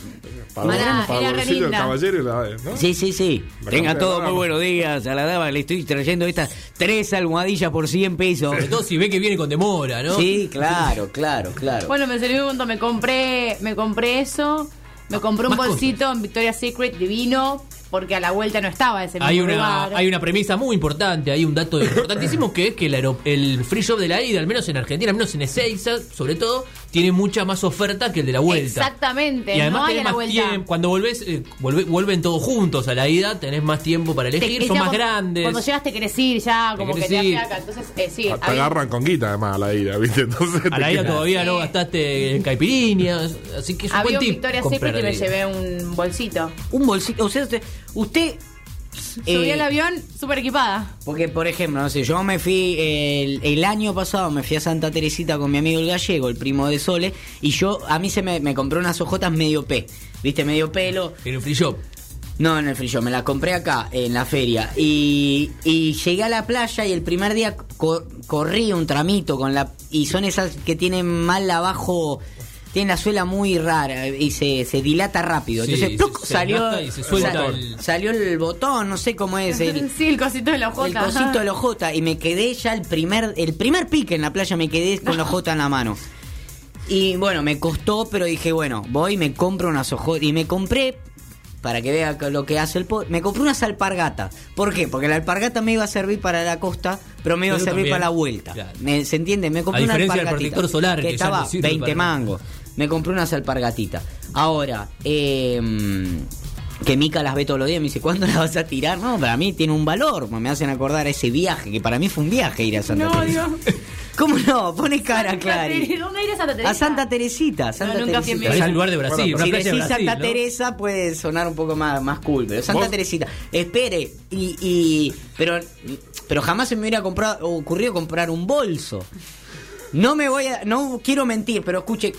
Speaker 4: Para,
Speaker 2: Pará,
Speaker 4: para,
Speaker 2: era
Speaker 4: el
Speaker 2: re
Speaker 4: bolsillo del
Speaker 2: linda.
Speaker 4: caballero y la ¿no?
Speaker 1: Sí, sí, sí.
Speaker 4: La
Speaker 1: Tenga
Speaker 4: campeona.
Speaker 1: todos muy buenos días. A la dama le estoy trayendo estas tres almohadillas por 100 pesos.
Speaker 3: Sobre todo si ve que viene con demora, ¿no?
Speaker 1: Sí, claro, claro, claro.
Speaker 2: Bueno, me sirvió un montón. Me compré, me compré eso. Me compré un
Speaker 3: Más
Speaker 2: bolsito en Victoria's Secret divino. porque a la vuelta no estaba ese
Speaker 3: Hay
Speaker 2: mismo
Speaker 3: una,
Speaker 2: lugar.
Speaker 3: hay una premisa muy importante, hay un dato importantísimo que es que el, aero- el free shop de la ida, al menos en Argentina, al menos en Ezeiza, sobre todo, tiene mucha más oferta que el de la vuelta.
Speaker 2: Exactamente,
Speaker 3: Y además
Speaker 2: no hay
Speaker 3: tenés
Speaker 2: a la
Speaker 3: más
Speaker 2: vuelta.
Speaker 3: tiempo. Cuando volvés, eh, volvé- vuelven todos juntos a la ida, tenés más tiempo para
Speaker 2: Te-
Speaker 3: elegir,
Speaker 2: es
Speaker 3: son
Speaker 2: ya
Speaker 3: más
Speaker 2: cuando-
Speaker 3: grandes.
Speaker 2: Cuando llegas te querés ir ya, como que
Speaker 3: querés
Speaker 2: te
Speaker 3: ir.
Speaker 2: aplaca. Entonces, eh, sí,
Speaker 4: Te
Speaker 2: a mí-
Speaker 4: agarran con guita además a la ida, ¿viste? Entonces
Speaker 3: a
Speaker 4: te
Speaker 3: la ida
Speaker 4: quedas.
Speaker 3: todavía no
Speaker 2: Sí.
Speaker 3: gastaste caipiriñas, así que es un
Speaker 2: Había
Speaker 3: buen
Speaker 2: un
Speaker 3: tip.
Speaker 2: Victoria
Speaker 3: comprar
Speaker 2: Secret y
Speaker 3: a la
Speaker 2: me
Speaker 3: ida.
Speaker 2: llevé un bolsito.
Speaker 1: Un bolsito. O sea, usted. usted,
Speaker 2: Subí
Speaker 1: eh,
Speaker 2: al avión súper equipada.
Speaker 1: Porque, por ejemplo, no sé, yo me fui el, el año pasado, me fui a Santa Teresita con mi amigo el gallego, el primo de Sole, y yo, a mí se me, me compró unas hojotas medio P, ¿viste? Medio pelo.
Speaker 3: En el free shop.
Speaker 1: No, en el free shop, me las compré acá, en la feria. Y, y llegué a la playa y el primer día co- corrí un tramito con la. Y son esas que tienen mal abajo. Tienen la suela muy rara y se, se dilata rápido.
Speaker 3: Sí,
Speaker 1: Entonces,
Speaker 3: se-
Speaker 1: ¡pluc!
Speaker 3: se
Speaker 1: salió,
Speaker 3: dilata y se suelta
Speaker 1: sa-
Speaker 3: el-
Speaker 1: salió el botón, no sé cómo es. El,
Speaker 2: sí, el cosito de la
Speaker 1: el
Speaker 2: J.
Speaker 1: cosito de los J y me quedé ya el primer el primer pique en la playa me quedé con los J en la mano. Y bueno, me costó, pero dije, bueno, voy y me compro unas hojotas y me compré para que vea lo que hace el po me compré unas alpargatas. ¿Por qué? Porque la alpargata me iba a servir para la costa, pero me iba
Speaker 3: Pero
Speaker 1: a servir
Speaker 3: también,
Speaker 1: para la vuelta.
Speaker 3: claro.
Speaker 1: Me- ¿Se entiende? Me compré
Speaker 3: A
Speaker 1: una
Speaker 3: diferencia del
Speaker 1: alpargatita,
Speaker 3: protector
Speaker 1: que,
Speaker 3: solar, que ya
Speaker 1: estaba
Speaker 3: no sirve
Speaker 1: 20
Speaker 3: para-
Speaker 1: mangos. Me compré unas alpargatitas. Ahora, eh, que Mica las ve todos los días, me dice, ¿cuándo las vas a tirar? No, para mí tiene un valor, me hacen acordar ese viaje, que para mí fue un viaje ir a Santa
Speaker 2: No,
Speaker 1: Teresa.
Speaker 2: Dios.
Speaker 1: ¿Cómo no? Pone cara,
Speaker 2: Santa
Speaker 1: Clary.
Speaker 2: Teresa. ¿Dónde ir a Santa Teresa?
Speaker 1: A Santa Teresita, Santa
Speaker 2: nunca fui en mi
Speaker 1: Teresita.
Speaker 2: vida.
Speaker 3: Es un lugar de
Speaker 1: Bueno,
Speaker 3: Brasil, una
Speaker 1: si
Speaker 3: playa de
Speaker 1: decís
Speaker 3: Brasil,
Speaker 1: Santa
Speaker 3: ¿no?
Speaker 1: Teresa puede sonar un poco más, más cool, pero Santa
Speaker 4: ¿Vos?
Speaker 1: Teresita, espere, y, y- pero, pero jamás se me hubiera comprado, ocurrido comprar un bolso. No me voy a. No quiero mentir, pero escuche.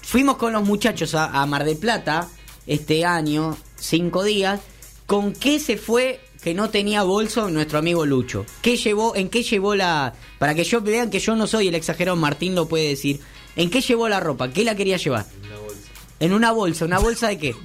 Speaker 1: Fuimos con los muchachos a, a Mar del Plata este año, cinco días. ¿Con qué se fue que no tenía bolso nuestro amigo Lucho? ¿Qué llevó, ¿En qué llevó la.? Para que yo vean que yo no soy el exagerado, Martín lo puede decir. ¿En qué llevó la ropa? ¿Qué la quería llevar? En una bolsa. ¿En una bolsa de qué?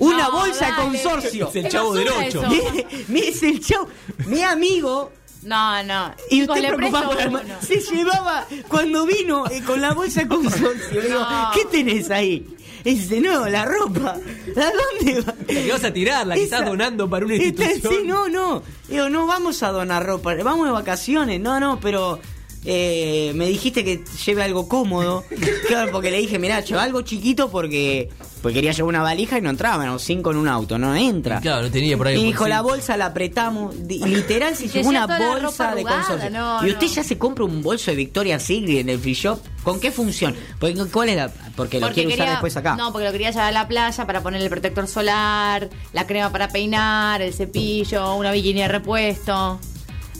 Speaker 1: ¡Una
Speaker 2: No,
Speaker 1: bolsa
Speaker 2: dale.
Speaker 1: de consorcio!
Speaker 3: Es el
Speaker 2: Es
Speaker 3: chavo del
Speaker 2: basura
Speaker 3: 8.
Speaker 2: eso.
Speaker 1: Mire, mire, es el chavo. Mi amigo
Speaker 2: No, no.
Speaker 1: y
Speaker 2: Chicos,
Speaker 1: usted
Speaker 2: le
Speaker 1: preocupado por
Speaker 2: presto
Speaker 1: el
Speaker 2: uno.
Speaker 1: ma- Se llevaba, cuando vino eh, con la bolsa consorcio, digo,
Speaker 2: No.
Speaker 1: ¿qué tenés ahí? Y dice, no, la ropa. ¿A dónde va?
Speaker 3: que vas a tirar, la que estás donando para una
Speaker 1: Esta-
Speaker 3: institución.
Speaker 1: Este, sí, no, no. Digo, no vamos a donar ropa, vamos de vacaciones. No, no, pero eh, me dijiste que lleve algo cómodo. Claro, porque le dije, mirá, lleva algo chiquito porque, porque quería llevar una valija y no entraban, o cinco en un auto, no entra.
Speaker 3: Claro, no tenía por ahí.
Speaker 1: Y
Speaker 3: un
Speaker 1: dijo, la
Speaker 3: bolsillo.
Speaker 1: bolsa la apretamos. di- Literal, se
Speaker 2: Y
Speaker 1: llevó
Speaker 2: tenía
Speaker 1: una
Speaker 2: toda la
Speaker 1: bolsa
Speaker 2: ropa
Speaker 1: de
Speaker 2: arrugada,
Speaker 1: consorcio.
Speaker 2: no,
Speaker 1: y usted
Speaker 2: no.
Speaker 1: ya se compra un bolso de Victoria Secret en el free shop. ¿Con qué función? Porque, ¿Cuál es la.? Porque lo quiere usar después acá.
Speaker 2: No, porque lo quería llevar a la playa para poner el protector solar, la crema para peinar, el cepillo, una bikini de repuesto.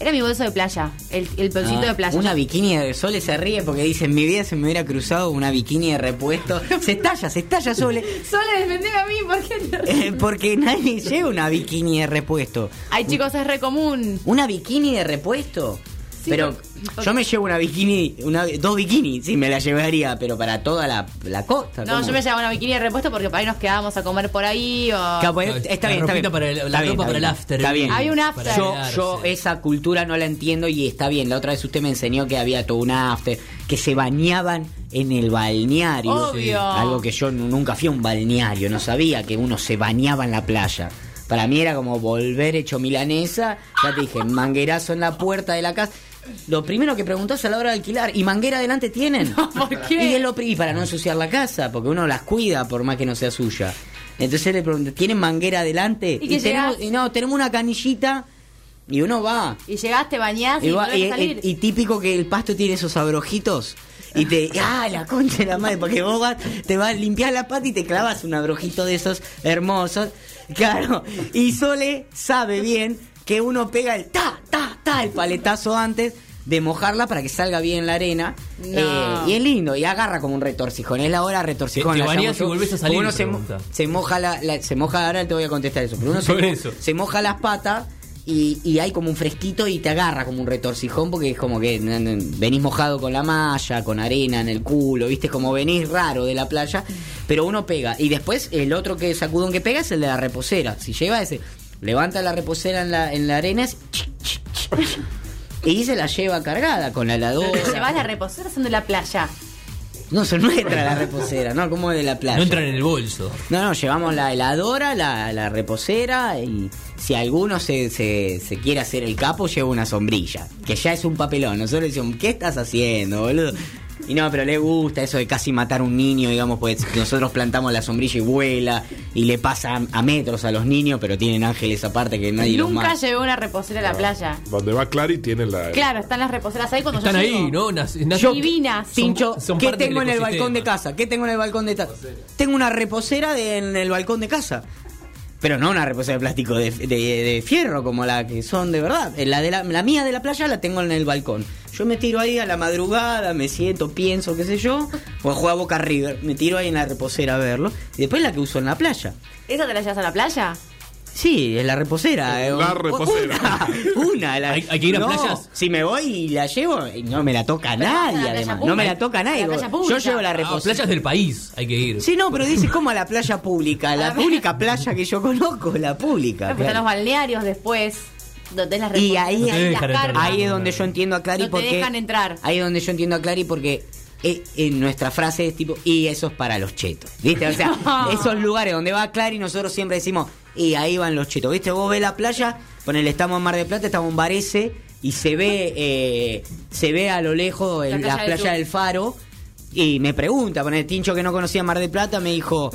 Speaker 2: Era mi bolso de playa, el, el bolsito
Speaker 1: Ah,
Speaker 2: de playa.
Speaker 1: Una bikini de Sole se ríe porque dice: En mi vida se me hubiera cruzado una bikini de repuesto. Se estalla, se estalla Sole.
Speaker 2: Solo defendeme a mí, ¿por qué no?
Speaker 1: eh, porque nadie lleva una bikini de repuesto.
Speaker 2: Ay, chicos, es re común.
Speaker 1: ¿Una bikini de repuesto?
Speaker 2: Sí,
Speaker 1: pero
Speaker 2: porque-
Speaker 1: yo me llevo una bikini, una, dos bikinis, sí, me la llevaría, pero para toda la, la costa.
Speaker 2: No,
Speaker 1: ¿cómo?
Speaker 2: yo me llevaba una bikini de repuesto porque por ahí nos quedábamos a comer por ahí o...
Speaker 1: Claro, pues,
Speaker 3: No,
Speaker 1: está,
Speaker 3: la
Speaker 1: bien, está
Speaker 3: ropita
Speaker 1: bien.
Speaker 3: para el- la
Speaker 1: Está bien,
Speaker 3: ropa
Speaker 1: está
Speaker 3: para el
Speaker 1: bien.
Speaker 3: after.
Speaker 1: Está bien.
Speaker 2: Hay un after.
Speaker 3: Para
Speaker 1: Yo,
Speaker 3: quedarse.
Speaker 1: yo esa cultura no la entiendo y está bien. La otra vez usted me enseñó que había todo un after, que se bañaban en el balneario.
Speaker 2: Obvio.
Speaker 1: Sí. Algo que yo nu- nunca fui a un balneario, no sabía que uno se bañaba en la playa. Para mí era como volver hecho milanesa, ya te dije, manguerazo en la puerta de la casa. Lo primero que preguntás a la hora de alquilar, ¿y manguera adelante tienen?
Speaker 2: ¿por qué?
Speaker 1: Y es lo pri- y para no ensuciar la casa, porque uno las cuida por más que no sea suya. Entonces le pregunté, ¿tienen manguera adelante?
Speaker 2: ¿Y que
Speaker 1: tenemos,
Speaker 2: llegás?
Speaker 1: y no, tenemos una canillita y uno va.
Speaker 2: Y llegaste, bañás y,
Speaker 1: Y, va-
Speaker 2: volvés
Speaker 1: y-
Speaker 2: a salir.
Speaker 1: y- y típico que el pasto tiene esos abrojitos. Y te. ¡Ah, la concha de la madre! Porque vos vas, te vas, limpiar la pata y te clavas un abrojito de esos hermosos. Claro. Y Sole sabe bien que uno pega el ta, ta, ta, el paletazo antes de mojarla para que salga bien la arena.
Speaker 2: No.
Speaker 1: Eh, y es lindo. Y agarra como un retorcijón. Es la hora retorcijón.
Speaker 3: Te- te
Speaker 1: la llamo
Speaker 3: bañás y
Speaker 1: yo.
Speaker 3: volvés a salir,
Speaker 1: Uno se,
Speaker 3: pregunta.
Speaker 1: se moja la, la- Se moja, ahora te voy a contestar eso. Pero uno se,
Speaker 3: Por
Speaker 1: mo-
Speaker 3: eso.
Speaker 1: se moja las patas y, y hay como un fresquito y te agarra como un retorcijón porque es como que n- n- venís mojado con la malla, con arena en el culo, viste, como venís raro de la playa, pero uno pega. Y después el otro que sacudón que pega es el de la reposera. Si lleva ese, levanta la reposera en la, en la arena es- y se la lleva cargada con la
Speaker 2: Pero
Speaker 1: heladora.
Speaker 2: te llevás la reposera son de la playa.
Speaker 1: No, se no entra la reposera, ¿no? Como de la playa.
Speaker 3: No entran en el bolso.
Speaker 1: No, no, llevamos la heladora, la, la reposera y si alguno se, se, se quiere hacer el capo, lleva una sombrilla, que ya es un papelón. Nosotros decimos, ¿qué estás haciendo, boludo? Y no, pero le gusta eso de casi matar un niño, digamos, pues nosotros plantamos la sombrilla y vuela y le pasa a, a metros a los niños, pero tienen ángeles aparte que nadie los
Speaker 2: Nunca
Speaker 1: mata.
Speaker 2: llevé una reposera a la playa.
Speaker 4: Donde va Clary tiene la.
Speaker 2: Claro, están las reposeras ahí cuando yo
Speaker 3: Están ahí,
Speaker 2: llego.
Speaker 3: ¿no? Nas- nas-
Speaker 2: Yo- Divinas.
Speaker 1: Tincho,
Speaker 3: Son- son
Speaker 1: ¿qué
Speaker 3: parte del
Speaker 1: tengo en el
Speaker 3: ecosistema.
Speaker 1: balcón de casa? ¿Qué tengo en el balcón de casa? Tengo una reposera de- en el balcón de casa. Pero no una reposera de plástico de, de- de fierro como la que son de verdad. Eh, La, de la, la mía de la playa la tengo en el balcón. Yo me tiro ahí a la madrugada, me siento, pienso, qué sé yo. O juego a Boca River. Me tiro ahí en la reposera a verlo. Y después la que uso en la playa.
Speaker 2: ¿Esa te la llevas a la playa?
Speaker 1: Sí, es la reposera. eh,
Speaker 4: La
Speaker 1: un-
Speaker 4: reposera.
Speaker 1: Una. una, la-
Speaker 3: Hay- hay que ir a
Speaker 1: No,
Speaker 3: playas.
Speaker 1: Si me voy y la llevo, eh, no me la toca
Speaker 2: Pero vas a la
Speaker 1: nadie,
Speaker 2: playa
Speaker 1: además.
Speaker 2: pública.
Speaker 1: No me la toca nadie.
Speaker 2: A la playa
Speaker 1: Yo
Speaker 2: pública.
Speaker 1: llevo la
Speaker 2: Ah,
Speaker 3: A
Speaker 1: reposera.
Speaker 3: playas del país hay que ir.
Speaker 1: Sí, no, pero dice, ¿cómo a la playa pública? La
Speaker 2: A ver.
Speaker 1: única playa que yo conozco, la pública.
Speaker 2: No, pues están los
Speaker 1: claro.
Speaker 2: balnearios después, donde las
Speaker 1: Y
Speaker 2: reposeras.
Speaker 1: ahí-
Speaker 3: No te
Speaker 1: ahí
Speaker 2: las
Speaker 3: dejan entrar.
Speaker 2: cargas.
Speaker 1: Ahí es donde yo entiendo a Clary
Speaker 2: No te
Speaker 1: porque.
Speaker 2: dejan entrar.
Speaker 1: Ahí es donde yo entiendo a Clary porque. eh, eh, nuestra frase es tipo, y eso es para los chetos, ¿viste? O sea, esos lugares donde va Clary, nosotros siempre decimos, y ahí van los chetos, ¿viste? Vos ves la playa, ponele, estamos en Mar del Plata, estamos en Varese, y se ve, eh, se ve a lo lejos
Speaker 2: La
Speaker 1: el-
Speaker 2: playa
Speaker 1: la
Speaker 2: del
Speaker 1: playa
Speaker 2: sur.
Speaker 1: del Faro, y me pregunta, con el tincho que no conocía Mar del Plata, me dijo,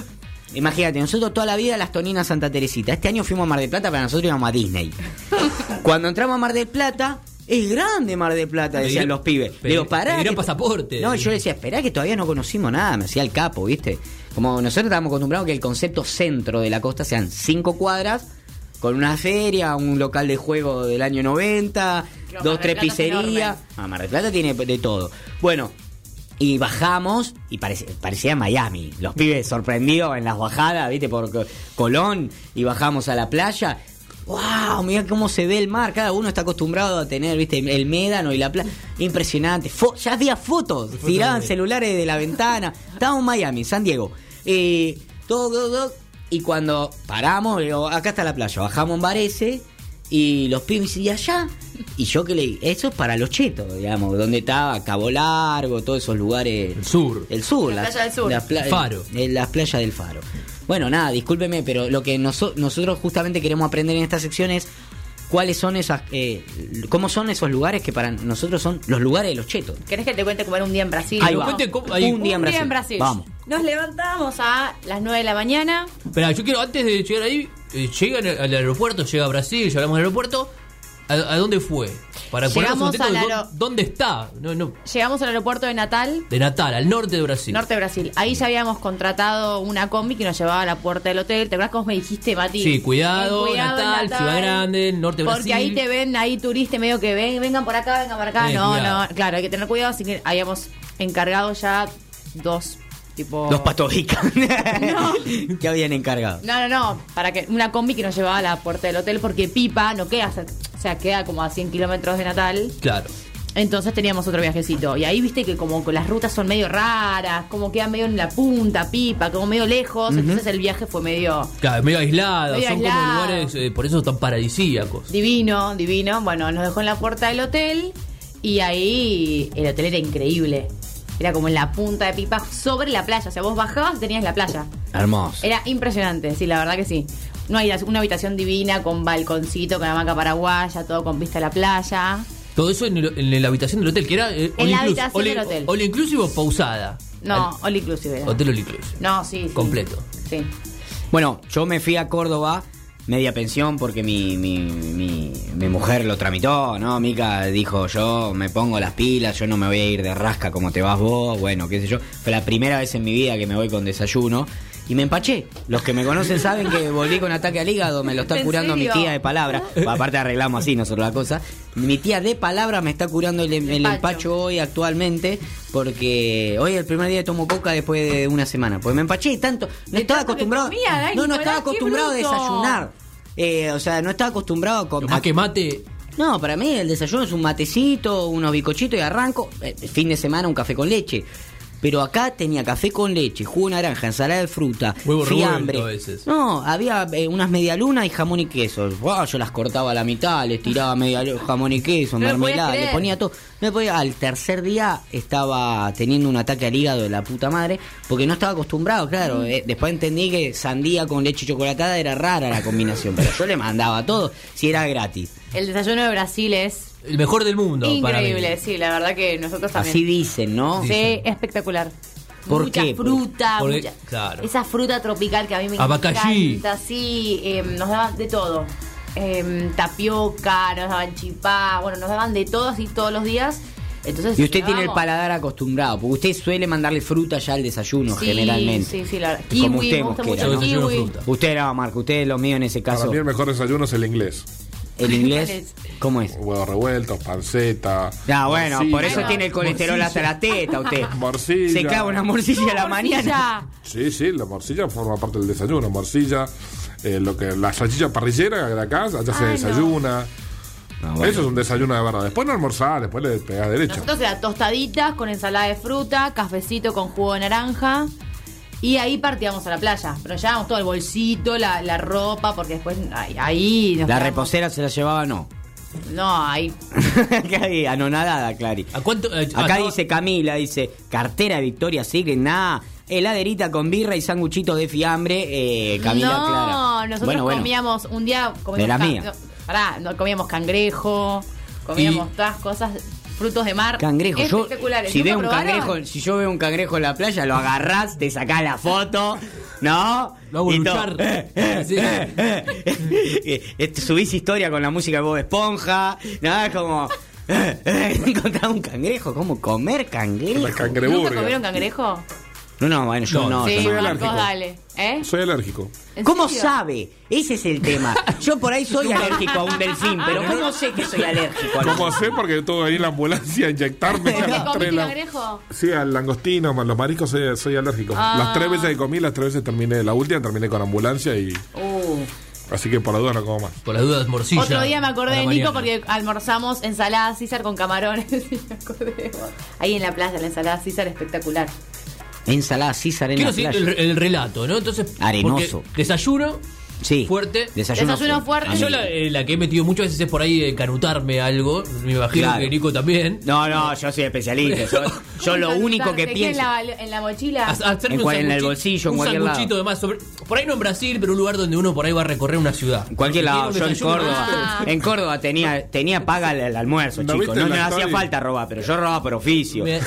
Speaker 1: imagínate, nosotros toda la vida las Toninas Santa Teresita, este año fuimos a Mar del Plata, para nosotros íbamos a Disney. Cuando entramos a Mar del Plata, es grande Mar del Plata,
Speaker 3: Me
Speaker 1: decían
Speaker 3: dirá-
Speaker 1: los pibes.
Speaker 3: pe-
Speaker 1: Le digo,
Speaker 3: me
Speaker 1: pará.
Speaker 3: dirá
Speaker 1: que-
Speaker 3: pasaporte.
Speaker 1: No, yo le decía, esperá que todavía no conocimos nada, me hacía el capo, ¿viste? Como nosotros estábamos acostumbrados que el concepto centro de la costa sean cinco cuadras, con una feria, un local de juego del año 90, dos,
Speaker 2: Pero Mar del
Speaker 1: tres
Speaker 2: Plata es
Speaker 1: pizzerías.
Speaker 2: enorme.
Speaker 1: Ah, Mar del Plata tiene de todo. Bueno, y bajamos y parece- parecía Miami. Los pibes sorprendidos en las bajadas, viste, por Co- Colón. Y bajamos a la playa. ¡Wow! Mirá cómo se ve el mar. Cada uno está acostumbrado a tener, viste, el médano y la playa. Impresionante. Fo- ya había fotos. Tiraban celulares de la ventana. Estábamos en Miami, San Diego. Eh, todo, todo, todo. Y cuando paramos, le digo, acá está la playa. Bajamos en Varese. Y los pibes y allá. Y yo que leí, eso es para los chetos, digamos, donde estaba Cabo Largo, todos esos lugares.
Speaker 3: El sur.
Speaker 1: El sur,
Speaker 2: La playa del sur.
Speaker 1: la pla-
Speaker 3: Faro.
Speaker 1: eh, las playas del faro. Bueno, nada, discúlpeme, pero lo que noso- nosotros justamente queremos aprender en esta sección es cuáles son esas. eh, cómo son esos lugares que para nosotros son los lugares de los chetos.
Speaker 2: ¿Querés que te cuente cómo era un día en Brasil?
Speaker 1: Ahí
Speaker 3: nos
Speaker 1: va.
Speaker 3: cuente cómo- ahí-
Speaker 1: un día en Brasil. Vamos.
Speaker 2: Nos levantamos a las 9 de la mañana.
Speaker 3: Pero yo quiero, antes de llegar ahí, eh, llegan al- al aeropuerto, llega a Brasil, ya hablamos del aeropuerto. ¿A, a dónde fue? Para ponernos
Speaker 2: Llegamos
Speaker 3: contentos de
Speaker 2: al
Speaker 3: dó-
Speaker 2: aero-
Speaker 3: ¿Dónde está? No, no.
Speaker 2: Llegamos al aeropuerto de Natal,
Speaker 3: De Natal, al norte de Brasil.
Speaker 2: norte de Brasil. Ahí ya habíamos contratado una combi que nos llevaba a la puerta del hotel. ¿Te acuerdas cómo me dijiste, Mati?
Speaker 3: Sí, cuidado,
Speaker 2: Ten
Speaker 3: Natal, Ciudad Grande, norte de
Speaker 2: Porque
Speaker 3: Brasil.
Speaker 2: ahí te ven, ahí turistas medio que ven, vengan por acá, vengan por acá.
Speaker 3: Eh,
Speaker 2: no,
Speaker 3: cuidado.
Speaker 2: no, claro, hay que tener cuidado. Así que habíamos encargado ya dos, tipo...
Speaker 1: Los patojicas. que habían encargado.
Speaker 2: No, no, no, para que una combi que nos llevaba a la puerta del hotel porque Pipa no queda, cer- o sea, queda como a 100 kilómetros de Natal.
Speaker 3: Claro.
Speaker 2: Entonces teníamos otro viajecito. Y ahí viste que como que las rutas son medio raras, como queda medio en la punta, Pipa, como medio lejos. Entonces el viaje fue medio
Speaker 3: Claro, medio aislado.
Speaker 2: Medio
Speaker 3: son como
Speaker 2: aislado.
Speaker 3: lugares, eh, por eso tan paradisíacos.
Speaker 2: divino, divino. Bueno, nos dejó en la puerta del hotel y ahí el hotel era increíble. Era como en la punta de Pipa, sobre la playa. O sea, vos bajabas y tenías la playa.
Speaker 1: Hermoso.
Speaker 2: Era impresionante, sí, la verdad que sí. No hay una habitación divina con balconcito, con hamaca paraguaya, todo con vista a la playa.
Speaker 3: Todo eso en, el- en la habitación del hotel, que era. eh,
Speaker 2: En
Speaker 3: all
Speaker 2: la
Speaker 3: inclus-
Speaker 2: habitación
Speaker 3: all in-
Speaker 2: del hotel.
Speaker 3: all inclusive o pausada.
Speaker 2: No, all inclusive. era.
Speaker 3: Al- hotel all inclusive.
Speaker 2: No, sí, sí.
Speaker 3: Completo.
Speaker 2: Sí.
Speaker 1: Bueno, yo me fui a Córdoba, media pensión, porque mi, mi, mi- mi mujer lo tramitó, ¿no? Mica dijo, yo me pongo las pilas, yo no me voy a ir de rasca como te vas vos, bueno, qué sé yo. Fue la primera vez en mi vida que me voy con desayuno. Y me empaché. Los que me conocen saben que volví con ataque al hígado, me lo está
Speaker 2: ¿En
Speaker 1: curando mi
Speaker 2: serio?
Speaker 1: tía de palabra. Aparte arreglamos así nosotros la cosa. Mi tía de palabra me está curando el, el
Speaker 2: Empacho.
Speaker 1: empacho hoy actualmente porque hoy es el primer día que tomo coca después de una semana. Pues me empaché y tanto. No
Speaker 2: De
Speaker 1: estaba
Speaker 2: tanto que
Speaker 1: acostumbrado.
Speaker 2: comía, Dani,
Speaker 1: no, no
Speaker 2: Nicolás,
Speaker 1: estaba
Speaker 2: qué
Speaker 1: acostumbrado a
Speaker 2: bruto.
Speaker 1: desayunar. Eh, o sea, no estaba acostumbrado
Speaker 3: Lo
Speaker 1: con-
Speaker 3: más
Speaker 1: a
Speaker 3: que mate.
Speaker 1: no, para mí el desayuno es un matecito, unos bizcochitos y arranco. Eh, fin de semana un café con leche. Pero acá tenía café con leche, jugo de naranja, ensalada de fruta,
Speaker 3: Huevo
Speaker 1: fiambre.
Speaker 3: revuelto a veces.
Speaker 1: No, había eh, unas medialunas y jamón y queso. Buah, yo las cortaba a la mitad, les tiraba media lu- jamón y queso,
Speaker 2: No lo podías
Speaker 1: mermelada, le
Speaker 2: creer.
Speaker 1: ponía todo. No podía. Al tercer día estaba teniendo un ataque al hígado de la puta madre porque no estaba acostumbrado,
Speaker 2: Mm.
Speaker 1: claro. eh. Después entendí que sandía con leche chocolatada era rara la combinación, pero yo le mandaba todo si era gratis.
Speaker 2: El desayuno de Brasil es
Speaker 3: El mejor del mundo. para mí.
Speaker 2: increíble, sí, la verdad que nosotros también.
Speaker 1: Así dicen, ¿no?
Speaker 2: Sí, espectacular.
Speaker 1: ¿Por
Speaker 2: mucha
Speaker 1: qué?
Speaker 2: fruta,
Speaker 3: Porque-
Speaker 2: mucha-
Speaker 3: claro.
Speaker 2: esa fruta tropical que a mí me
Speaker 3: Abacallí.
Speaker 2: encanta, sí, eh, nos daban de todo. Em, tapioca, nos daban chipá, bueno, nos daban de todo así todos los días. Entonces,
Speaker 1: Y usted tiene el
Speaker 2: llegábamos-
Speaker 1: paladar acostumbrado, porque usted suele mandarle fruta ya al desayuno,
Speaker 2: Sí,
Speaker 1: generalmente.
Speaker 2: Sí, sí, la verdad.
Speaker 1: Como
Speaker 2: Kiwi,
Speaker 1: usted,
Speaker 2: me gusta
Speaker 1: Mosquera,
Speaker 2: mucho el
Speaker 3: ¿no? Yo desayuno
Speaker 2: kiwi.
Speaker 3: fruta.
Speaker 1: Usted era Marco, usted es lo mío en ese
Speaker 4: Para
Speaker 1: caso.
Speaker 4: mí el mejor desayuno es el inglés.
Speaker 1: ¿El
Speaker 2: ¿Cuál
Speaker 1: inglés?
Speaker 2: es?
Speaker 1: ¿Cómo es?
Speaker 4: Huevos revueltos, panceta.
Speaker 1: Ah, bueno,
Speaker 4: morcilla.
Speaker 1: por eso tiene el colesterol hasta la teta usted.
Speaker 4: Morcilla.
Speaker 1: Se clava una morcilla a la mañana.
Speaker 2: Morcilla.
Speaker 4: Sí, sí, la morcilla forma parte del desayuno. Morcilla, eh, lo que, la salchicha parrillera de acá, allá se
Speaker 2: Ah, no.
Speaker 4: desayuna.
Speaker 1: No, Ah, bueno.
Speaker 4: Eso es un desayuno de verdad. Después no almorzás, después le pegás derecho.
Speaker 2: Nosotros era tostaditas con ensalada de fruta, cafecito con jugo de naranja. Y ahí partíamos a la playa. Pero llevábamos todo el bolsito, la, la ropa, porque después ahí, ahí nos
Speaker 1: La
Speaker 2: quedamos-
Speaker 1: reposera se la llevaba, no.
Speaker 2: No, ahí.
Speaker 1: Acá hay anonadada, Clary.
Speaker 3: ¿A cuánto? eh,
Speaker 1: Acá
Speaker 3: no,
Speaker 1: dice Camila, dice, cartera de Victoria Secret, nada. Heladerita con birra y sanguchito de fiambre, eh, Camila
Speaker 2: no,
Speaker 1: Clara.
Speaker 2: nosotros
Speaker 1: Bueno, bueno.
Speaker 2: comíamos un día comíamos
Speaker 1: De la
Speaker 2: can-
Speaker 1: mía.
Speaker 2: no, pará, no, comíamos cangrejo, comíamos
Speaker 3: Y-
Speaker 2: todas cosas, frutos de mar.
Speaker 1: Cangrejo, yo
Speaker 2: espectaculares.
Speaker 1: si
Speaker 2: ¿Nunca
Speaker 1: veo un
Speaker 2: probaron?
Speaker 1: cangrejo, si yo veo un cangrejo en la playa, lo agarrás, te sacás la foto, ¿no?
Speaker 3: Lo hago
Speaker 1: Y todo.
Speaker 3: luchar.
Speaker 1: Eh, eh,
Speaker 3: Sí.
Speaker 1: eh, eh, Subís historia con la música de Bob Esponja, nada es como eh, eh, encontrar un cangrejo, cómo comer
Speaker 4: La
Speaker 1: cangrejo.
Speaker 2: ¿Nunca
Speaker 4: cangreburger.
Speaker 2: comieron cangrejo?
Speaker 1: No, no, bueno, yo
Speaker 3: No,
Speaker 1: no.
Speaker 2: sí,
Speaker 1: yo no.
Speaker 4: soy
Speaker 2: Marcos,
Speaker 4: alérgico.
Speaker 2: dale. ¿Eh?
Speaker 4: Soy alérgico.
Speaker 2: ¿En
Speaker 1: ¿Cómo
Speaker 2: serio?
Speaker 1: sabe? Ese es el tema. Yo por ahí soy alérgico a un delfín,
Speaker 3: Ah,
Speaker 1: pero ¿cómo sé que soy alérgico? a los-
Speaker 4: ¿Cómo sé? Porque tuve que ir a la ambulancia a inyectarme a
Speaker 2: ¿Te
Speaker 4: las tres
Speaker 2: comiste
Speaker 4: de la-
Speaker 2: cangrejo?
Speaker 4: Sí, al langostino, a los mariscos soy, soy alérgico.
Speaker 2: Ah.
Speaker 4: Las tres veces que comí, las tres veces terminé. La última terminé con ambulancia y.
Speaker 2: Uh.
Speaker 4: Así que por la duda no como más.
Speaker 3: Por las dudas, morcilla.
Speaker 2: Otro día me acordé
Speaker 3: a la
Speaker 2: de Nico
Speaker 3: mañana.
Speaker 2: porque almorzamos ensalada César con camarones. y me acordé. Ahí en la playa, la ensalada César espectacular.
Speaker 1: Ensalada César en
Speaker 3: Quiero
Speaker 1: la
Speaker 3: decir
Speaker 1: playa.
Speaker 3: el, el relato, ¿no? Entonces.
Speaker 1: Arenoso. Ah,
Speaker 3: porque Desayuno.
Speaker 1: Sí.
Speaker 3: Fuerte.
Speaker 1: Desayuno,
Speaker 2: Desayuno fuerte.
Speaker 1: Amigo.
Speaker 3: Yo la, eh, la que he metido muchas veces es por ahí eh, canutarme algo. Me imagino
Speaker 1: Claro.
Speaker 3: que Nico también.
Speaker 1: No, no, yo soy especialista. Yo, yo lo
Speaker 2: Entonces,
Speaker 1: único que
Speaker 2: ¿qué
Speaker 1: pienso.
Speaker 2: En la, en la mochila.
Speaker 3: Haz- hacerme
Speaker 1: En cual- en el
Speaker 3: sanguchito-
Speaker 1: bolsillo, en
Speaker 3: un
Speaker 1: cualquier lado.
Speaker 3: sanguchito de más sobre- por ahí no en Brasil, pero un lugar donde uno por ahí va a recorrer una ciudad.
Speaker 1: En cualquier
Speaker 3: Quiero
Speaker 1: lado,
Speaker 3: un
Speaker 1: yo en
Speaker 3: desayuno
Speaker 1: Córdoba.
Speaker 2: Ah.
Speaker 1: En Córdoba tenía, tenía paga el, el almuerzo,
Speaker 4: ¿No
Speaker 1: chicos.
Speaker 4: viste
Speaker 1: No
Speaker 4: la
Speaker 1: me hacía
Speaker 4: story?
Speaker 1: falta robar, pero yo robaba por oficio.
Speaker 3: Bien.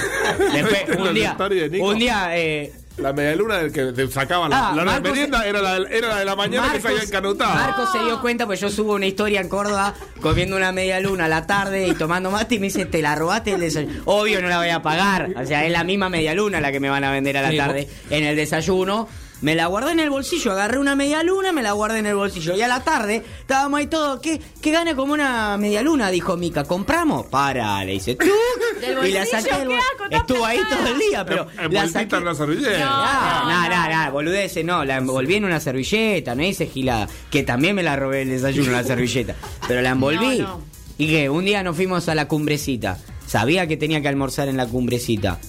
Speaker 1: Después,
Speaker 4: ¿No viste
Speaker 1: un
Speaker 4: la
Speaker 1: día.
Speaker 4: story de Nico?
Speaker 1: Un día. Eh,
Speaker 4: La medialuna del que te sacaba la,
Speaker 1: Ah,
Speaker 4: la hora
Speaker 1: Marcos-
Speaker 4: de merienda era la, era la de la mañana que se había encanutado.
Speaker 1: Marcos se dio cuenta, pues yo subo una historia en Córdoba comiendo una media luna a la tarde y tomando mate y me dice, te la robaste el desayuno. Obvio no la voy a pagar. O sea, es la misma media luna la que me van a vender a la
Speaker 3: Sí,
Speaker 1: tarde en el desayuno. Me la guardé en el bolsillo, agarré una media luna, me la guardé en el bolsillo. Y a la tarde estábamos ahí todos, ¿qué, qué gana como una media luna? Dijo Mica, ¿compramos? Para, le dice, tú.
Speaker 2: Del
Speaker 1: Y la
Speaker 2: bolsillo,
Speaker 1: saqué del
Speaker 2: qué
Speaker 1: bol-
Speaker 2: asco, estás
Speaker 1: Estuvo ahí
Speaker 2: pesada.
Speaker 1: todo el día, pero
Speaker 4: En-
Speaker 1: la
Speaker 4: envueltita
Speaker 1: saqué.
Speaker 4: en la servilleta.
Speaker 2: Ah, No.
Speaker 1: No, no, no, no, boludeces, no, la envolví en una servilleta, no hice gilada, que también me la robé el desayuno la servilleta, pero la envolví.
Speaker 2: No, no.
Speaker 1: Y que un día nos fuimos a la cumbrecita, sabía que tenía que almorzar en la cumbrecita.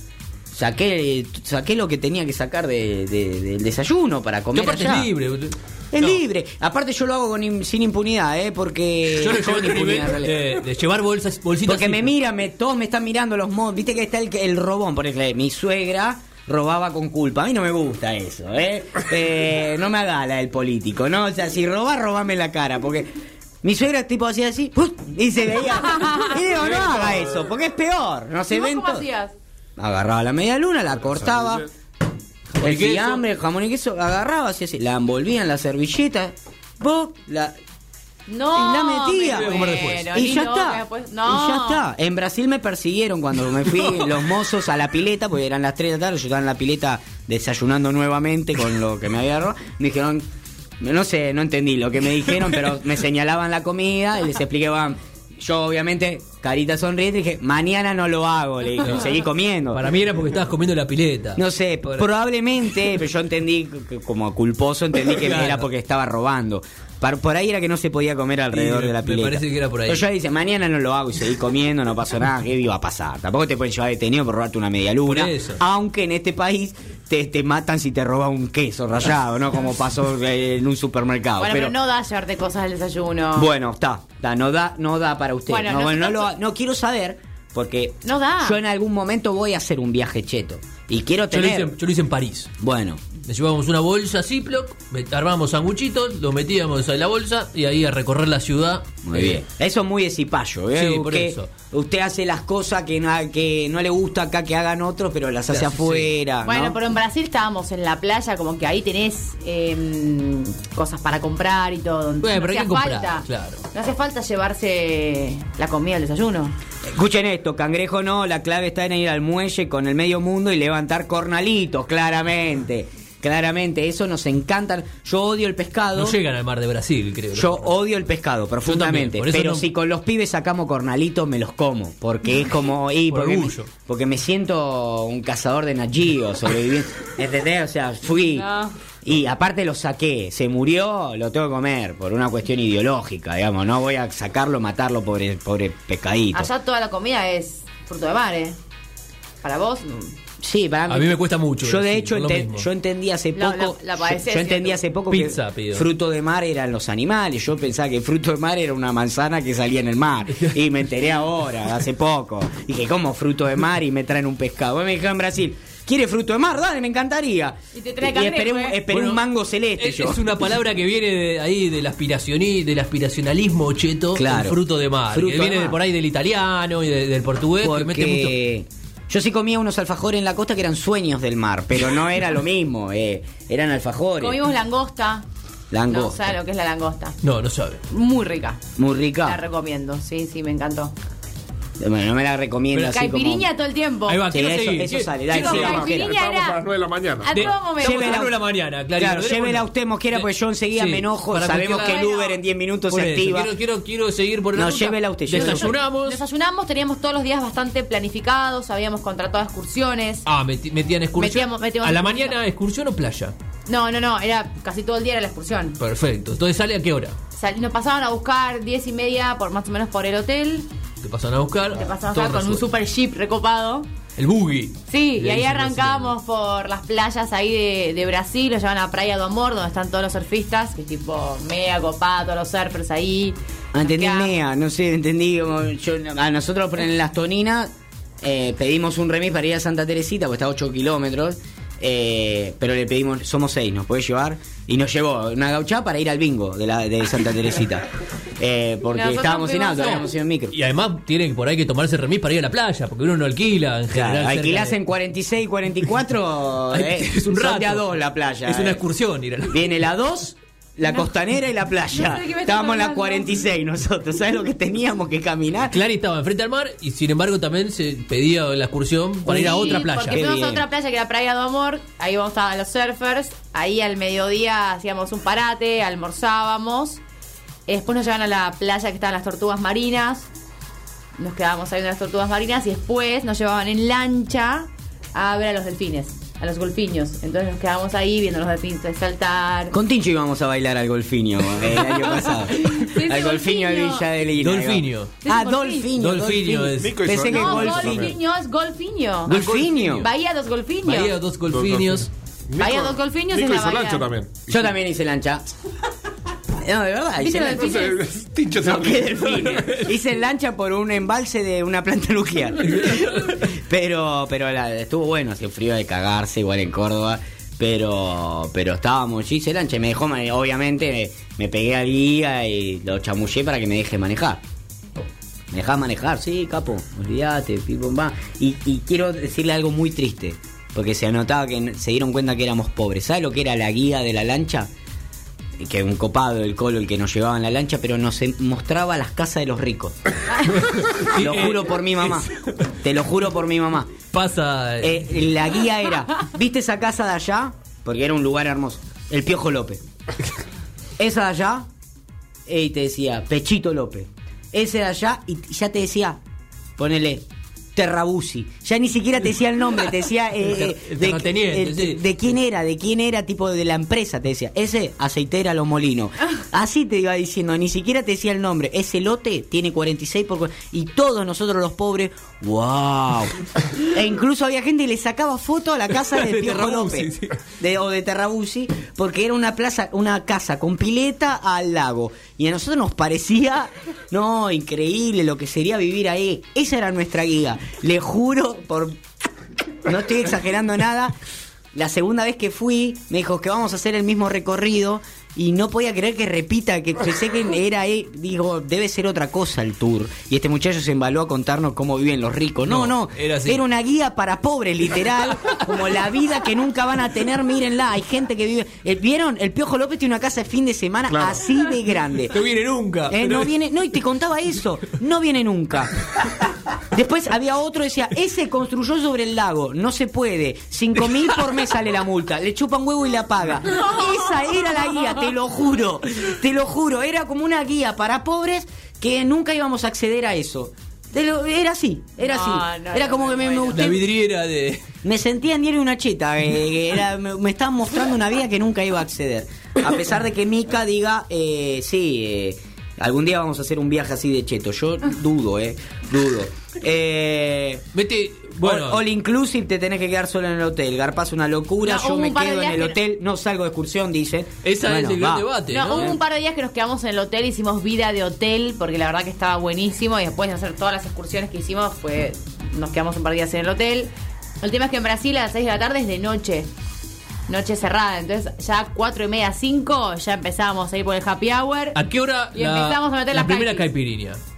Speaker 1: Saqué, saqué lo que tenía que sacar de- de- del desayuno para
Speaker 3: Que
Speaker 1: comer.
Speaker 3: aparte
Speaker 1: allá.
Speaker 3: es libre.
Speaker 1: Es
Speaker 3: No.
Speaker 1: libre. Aparte yo lo hago con im- sin impunidad, ¿eh? Porque...
Speaker 3: Yo lo
Speaker 1: con
Speaker 3: llevo al nivel Eh,
Speaker 1: impunidad, en realidad.
Speaker 3: de, de llevar bolsas, bolsitas.
Speaker 1: Porque me
Speaker 3: tipo.
Speaker 1: miran, me, todos me están mirando los mods. Viste que está el, el robón, por ejemplo. Mi suegra robaba con culpa. A mí no me gusta eso, ¿eh? Eh, no me haga la del político, ¿no? O sea, si robás, robame la cara. Porque mi suegra tipo hacía así, ¡puf! y se veía. Y digo, no haga eso, porque es peor. No
Speaker 2: ¿Y
Speaker 1: se
Speaker 2: vos
Speaker 1: ven
Speaker 2: cómo
Speaker 1: todos.
Speaker 2: hacías?
Speaker 1: Agarraba la media luna, la cortaba. El
Speaker 3: y queso.
Speaker 1: fiambre, el jamón y queso, agarraba así, así. La envolvía en la servilleta. Vos, la,
Speaker 2: No.
Speaker 1: Y la metía.
Speaker 2: me
Speaker 1: Voy a
Speaker 3: comer después.
Speaker 2: muero,
Speaker 1: y
Speaker 2: ni
Speaker 1: ya
Speaker 2: loca,
Speaker 1: está.
Speaker 2: después- No.
Speaker 1: Y ya está. En Brasil me persiguieron cuando me fui los mozos a la pileta, porque eran las 3 de la tarde, yo estaba en la pileta desayunando nuevamente con lo que me había robado. Me dijeron, no sé, no entendí lo que me dijeron, pero me señalaban la comida y les expliqué, van. Yo obviamente, carita sonriente, dije, mañana no lo hago, le dije, seguí comiendo.
Speaker 3: Para mí era porque estabas comiendo la pileta.
Speaker 1: No sé,
Speaker 3: Pobre.
Speaker 1: probablemente, pero yo entendí, c- como culposo, entendí que
Speaker 3: Claro.
Speaker 1: era porque estaba robando. Par- por ahí era que no se podía comer alrededor
Speaker 3: Sí,
Speaker 1: de la
Speaker 3: me
Speaker 1: pileta.
Speaker 3: parece que era por ahí.
Speaker 1: Pero yo dice, mañana no lo hago y seguí comiendo, no pasó nada, ¿qué iba a pasar? Tampoco te pueden llevar detenido por robarte una media luna.
Speaker 3: Por eso.
Speaker 1: Aunque en este país te, te matan si te roba un queso rallado, ¿no? Como pasó eh, en un supermercado.
Speaker 2: Bueno, pero,
Speaker 1: pero,
Speaker 2: no da llevarte cosas al desayuno.
Speaker 1: bueno, está, está, no da, no da para usted.
Speaker 2: Bueno,
Speaker 1: no, bueno, no,
Speaker 2: nosotros-
Speaker 1: lo- no quiero saber Porque
Speaker 2: No da.
Speaker 1: yo en algún momento voy a hacer un viaje cheto. Y quiero
Speaker 3: Yo lo,
Speaker 1: tener.
Speaker 3: hice, yo lo hice en París.
Speaker 1: Bueno,
Speaker 3: Le llevábamos una bolsa Ziploc, met- armábamos sanguchitos, lo metíamos en la bolsa y ahí a recorrer la ciudad.
Speaker 1: muy
Speaker 3: Eh,
Speaker 1: bien. Eso es muy de cipallo, ¿eh?
Speaker 3: Sí, por
Speaker 1: Que
Speaker 3: eso.
Speaker 1: Usted hace las cosas que, na- que no le gusta acá que hagan otros, pero las hace
Speaker 3: Sí, sí.
Speaker 1: afuera. ¿no?
Speaker 2: Bueno, pero en Brasil estábamos en la playa, como que ahí tenés eh, cosas para comprar y todo.
Speaker 3: Bueno, pero hay
Speaker 2: hacía
Speaker 3: que comprar, claro.
Speaker 2: No hace falta llevarse la comida, el desayuno.
Speaker 1: Escuchen esto, cangrejo no, la clave está en ir al muelle con el medio mundo y levantar cornalitos, claramente. Claramente, eso nos encanta. Yo odio el pescado.
Speaker 3: No llegan al mar de Brasil, creo.
Speaker 1: Yo oh, odio el pescado profundamente,
Speaker 3: por eso
Speaker 1: pero
Speaker 3: no-
Speaker 1: si con los pibes sacamos cornalitos me los como, porque es como y
Speaker 3: Por
Speaker 1: porque, me,
Speaker 3: orgullo.
Speaker 1: porque me siento un cazador de Nagio sobreviviente, ¿entendés? O sea, fui
Speaker 2: No.
Speaker 1: y aparte lo saqué, se murió, lo tengo que comer por una cuestión ideológica, digamos, no voy a sacarlo, matarlo pobre pobre pescadito.
Speaker 2: Allá toda la comida es fruto de mar, ¿eh? Para vos,
Speaker 1: Mm, Sí, para
Speaker 3: A mí me cuesta mucho
Speaker 1: Yo de
Speaker 3: decir,
Speaker 1: hecho
Speaker 3: por lo
Speaker 1: enten-
Speaker 3: mismo.
Speaker 1: yo entendí hace
Speaker 2: La-
Speaker 1: poco,
Speaker 2: la- la padecés,
Speaker 1: yo, yo entendí
Speaker 2: ¿cierto?
Speaker 1: hace poco
Speaker 3: Pizza
Speaker 1: que
Speaker 3: pido.
Speaker 1: fruto de mar eran los animales. Yo pensaba que fruto de mar era una manzana que salía en el mar y me enteré ahora, hace poco. Dije, ¿cómo fruto de mar y me traen un pescado? Y me dijeron en Brasil, ¿quiere fruto de mar? Dale, me encantaría.
Speaker 2: Y te trae cangrejo,
Speaker 1: esperé, un,
Speaker 2: ¿eh?
Speaker 1: esperé
Speaker 3: Bueno,
Speaker 1: un mango celeste
Speaker 3: es,
Speaker 1: yo.
Speaker 3: es una palabra que viene de ahí del, aspiracioni- del aspiracionalismo cheto,
Speaker 1: Claro.
Speaker 3: el fruto de mar.
Speaker 1: Fruto
Speaker 3: que
Speaker 1: de
Speaker 3: viene
Speaker 1: mar.
Speaker 3: por ahí del italiano y de- del portugués, que mete mucho.
Speaker 1: Porque yo sí comía unos alfajores en la costa que eran sueños del mar, pero no era lo mismo, eh, eran alfajores.
Speaker 2: comimos langosta. No
Speaker 1: Langosta.
Speaker 2: sabe lo que es la langosta.
Speaker 3: No, no sabe.
Speaker 2: Muy rica.
Speaker 1: Muy rica.
Speaker 2: La recomiendo, sí, sí, me encantó.
Speaker 1: Bueno, no me la recomiendo
Speaker 3: Pero
Speaker 1: así como...
Speaker 2: Caipiriña todo el tiempo.
Speaker 3: Ahí va,
Speaker 1: Sí,
Speaker 3: quiero
Speaker 1: eso-
Speaker 3: seguir.
Speaker 1: eso
Speaker 3: Quiero-
Speaker 1: sale, dale,
Speaker 2: Chicos,
Speaker 1: sí, vamos,
Speaker 2: Caipiriña
Speaker 1: quiera.
Speaker 4: Estábamos a
Speaker 2: era.
Speaker 4: las 9 de la mañana.
Speaker 2: A
Speaker 3: De-
Speaker 2: todo momento.
Speaker 3: Estamos a las
Speaker 1: Llévela-
Speaker 3: nueve de la mañana, Clarina.
Speaker 1: Claro,
Speaker 3: Tenemos-
Speaker 1: llévela usted, Mosquera, porque yo enseguida me enojo.
Speaker 3: para
Speaker 1: Sabemos
Speaker 3: cualquier
Speaker 1: que el
Speaker 2: lado.
Speaker 1: Uber en 10 minutos
Speaker 3: Por
Speaker 1: se
Speaker 3: eso,
Speaker 1: activa.
Speaker 3: Quiero, quiero, quiero seguir por
Speaker 1: No,
Speaker 3: la ruta.
Speaker 1: llévela usted, llévela.
Speaker 3: Desayunamos.
Speaker 2: Desayunamos, teníamos todos los días bastante planificados, habíamos contratado excursiones.
Speaker 3: Ah, meti- metían excursión.
Speaker 2: Metíamos- metíamos
Speaker 3: a la
Speaker 2: excursión.
Speaker 3: mañana, excursión o playa.
Speaker 2: No, no, no, era casi todo el día era la excursión.
Speaker 3: Perfecto. Entonces sale a qué hora?
Speaker 2: Sal- nos pasaban a buscar diez y media por más o menos por el hotel.
Speaker 3: Te pasan a buscar.
Speaker 2: Te pasaban a
Speaker 3: todo
Speaker 2: buscar con un
Speaker 3: resuelto.
Speaker 2: super jeep recopado.
Speaker 3: El buggy.
Speaker 2: Sí, y
Speaker 3: Le
Speaker 2: ahí
Speaker 3: dicen
Speaker 2: arrancábamos por las playas ahí de, de Brasil, lo llevan a Praia do Amor, donde están todos los surfistas, que es tipo mega copado, todos los surfers ahí.
Speaker 1: Ah, Entendí,
Speaker 2: Acá.
Speaker 1: mea, no sé, entendí. como yo- a nosotros en las Toninas eh, pedimos un remis para ir a Santa Teresita, porque está a 8 kilómetros. eh, pero le pedimos, somos 6, ¿nos puede llevar? Y nos llevó una gauchá para ir al bingo de, la, de Santa Teresita. Eh, porque
Speaker 2: Nosotros
Speaker 1: estábamos sin
Speaker 2: fuimos
Speaker 1: auto,
Speaker 2: solos.
Speaker 1: habíamos ido en
Speaker 3: resumir.
Speaker 1: micro.
Speaker 3: Y además tienen por ahí que tomarse remis para ir a la playa, porque uno no alquila en general.
Speaker 1: Claro,
Speaker 3: cerca
Speaker 1: alquilás
Speaker 3: de-
Speaker 1: en 46 y 44.
Speaker 3: Ay,
Speaker 1: eh,
Speaker 3: es un
Speaker 1: son
Speaker 3: rato.
Speaker 1: de a dos la playa.
Speaker 3: Es una
Speaker 1: eh.
Speaker 3: excursión ir a la
Speaker 1: Viene la 2, la costanera y la playa.
Speaker 2: No sé de qué me estás
Speaker 1: Estábamos en la
Speaker 2: hablando.
Speaker 1: 46 nosotros. ¿Sabes lo que teníamos que caminar?
Speaker 3: Clary estaba enfrente al mar y sin embargo también se pedía la excursión para ir a
Speaker 2: Sí,
Speaker 3: otra playa.
Speaker 2: Porque fuimos
Speaker 1: bien.
Speaker 2: a otra playa que era Praia do Amor, ahí vamos a los surfers, ahí al mediodía hacíamos un parate, almorzábamos, Eh, después nos llevan a la playa que estaban las tortugas marinas, nos quedábamos ahí en las tortugas marinas y después nos llevaban en lancha a ver a los delfines, a los golfiños, entonces nos quedábamos ahí viendo los delfines saltar.
Speaker 1: Con Tincho íbamos a bailar al golfinio eh, el año pasado.
Speaker 2: sí,
Speaker 1: al golfinio de
Speaker 2: golfinio.
Speaker 1: Villa de Lina.
Speaker 3: Dolfinio.
Speaker 1: digamos.
Speaker 2: Sí,
Speaker 1: Ah,
Speaker 2: sí,
Speaker 1: dolfinio.
Speaker 2: golfinio.
Speaker 3: Dolfinio es.
Speaker 4: Nico y
Speaker 1: Pensé
Speaker 4: Sonia.
Speaker 1: que
Speaker 2: No,
Speaker 1: golf-
Speaker 2: golfiño es golfiño.
Speaker 1: Golfinio.
Speaker 2: Bahía dos golfiños.
Speaker 3: María, dos golfinios.
Speaker 2: Bahía dos golfiños
Speaker 4: Nico
Speaker 2: es la
Speaker 4: y
Speaker 2: bahía.
Speaker 4: Solancho también.
Speaker 1: Yo también hice lancha. No, de verdad.
Speaker 2: ¿Viste
Speaker 1: Hice
Speaker 2: lo
Speaker 1: lancha.
Speaker 2: del
Speaker 4: Entonces, Tincho se
Speaker 1: No, qué
Speaker 4: ríe.
Speaker 1: delfines. Hice lancha por un embalse de una planta nuclear. Pero, pero la- estuvo bueno, hace frío de cagarse, igual en Córdoba. Pero, pero estábamos, yo hice lancha y me dejó, mane- obviamente, me, me pegué al guía y lo chamullé para que me deje manejar. Me dejás manejar, sí, capo, olvídate, pim, pum, pam. Y, y quiero decirle algo muy triste, porque se anotaba que n- se dieron cuenta que éramos pobres. ¿Sabes lo que era la guía de la lancha? que un copado del colo el que nos llevaba en la lancha, pero nos en- mostraba las casas de los ricos. Te lo juro por mi mamá. Te lo juro por mi mamá.
Speaker 3: Pasa.
Speaker 1: Eh, la guía era, ¿viste esa casa de allá? Porque era un lugar hermoso. El Piojo López. Esa de allá, eh, y te decía, Pechito López. Ese de allá, y t- ya te decía, ponele, Terrabusi. Ya ni siquiera te decía el nombre, te decía eh,
Speaker 3: El ter-
Speaker 1: eh,
Speaker 3: el
Speaker 1: de,
Speaker 3: terrateniente,
Speaker 1: eh,
Speaker 3: sí.
Speaker 1: de quién era, de quién era, tipo de la empresa, te decía. Ese aceitera Los Molinos.
Speaker 3: Ah.
Speaker 1: Así te iba diciendo, ni siquiera te decía el nombre. Ese lote tiene 46 por... cu- Y todos nosotros los pobres, wow. e incluso había gente que le sacaba foto a la casa de,
Speaker 3: De
Speaker 1: Piojo
Speaker 3: Terrabusi,
Speaker 1: López
Speaker 3: sí.
Speaker 1: de, o de Terrabusi, porque era una plaza, una casa con pileta al lago. Y a nosotros nos parecía, no, increíble lo que sería vivir ahí. Esa era nuestra guía. Le juro, por no estoy exagerando nada. La segunda vez que fui, me dijo que vamos a hacer el mismo recorrido y no podía creer que repita, que pensé que era, eh, digo, debe ser otra cosa el tour. Y este muchacho se embaló a contarnos cómo viven los ricos. No, no,
Speaker 3: No, era así.
Speaker 1: una guía para pobres, literal, como la vida que nunca van a tener, mírenla, hay gente que vive... eh, ¿Vieron? El Piojo López tiene una casa de fin de semana
Speaker 4: Claro.
Speaker 1: así de grande.
Speaker 3: No viene nunca.
Speaker 1: Eh, no viene, no, y te contaba eso, no viene nunca. Después había otro que decía, ese construyó sobre el lago, no se puede, cinco mil por mes sale la multa, le chupan huevo y la paga. Esa era la guía, te lo juro, te lo juro, era como una guía para pobres que nunca íbamos a acceder a eso. Te lo- era así, era
Speaker 2: No,
Speaker 1: así.
Speaker 2: no,
Speaker 1: era
Speaker 2: no,
Speaker 1: como
Speaker 2: me
Speaker 1: que me, me
Speaker 2: muero.
Speaker 1: gusté-
Speaker 3: La vidriera de.
Speaker 1: me sentía en diario una cheta, eh, que era- me, me estaban mostrando una vida que nunca iba a acceder. A pesar de que Mika diga, eh, sí, eh, algún día vamos a hacer un viaje así de cheto. Yo dudo, eh, dudo. Eh,
Speaker 3: Vete.
Speaker 1: bueno,
Speaker 3: Bueno.
Speaker 1: all inclusive te tenés que quedar solo en el hotel. Garpás una locura,
Speaker 2: No,
Speaker 1: yo
Speaker 2: hubo
Speaker 1: me
Speaker 2: un par de
Speaker 1: quedo en
Speaker 2: días
Speaker 1: el
Speaker 2: que-
Speaker 1: hotel, no salgo de excursión, dice.
Speaker 3: Esa
Speaker 1: Bueno,
Speaker 3: es el gran
Speaker 1: va.
Speaker 3: debate,
Speaker 2: No,
Speaker 3: ¿no?
Speaker 2: hubo un par de días que nos quedamos en el hotel, hicimos vida de hotel, porque la verdad que estaba buenísimo. Y después de hacer todas las excursiones que hicimos, fue nos quedamos un par de días en el hotel. El tema es que en Brasil a las 6 de la tarde es de noche, noche cerrada. Entonces, ya 4 y media, 5, ya empezamos a ir por el happy hour.
Speaker 3: ¿A qué hora
Speaker 2: Y empezamos a meter
Speaker 3: la
Speaker 2: las
Speaker 3: primera
Speaker 2: caipiris.
Speaker 3: caipirinha?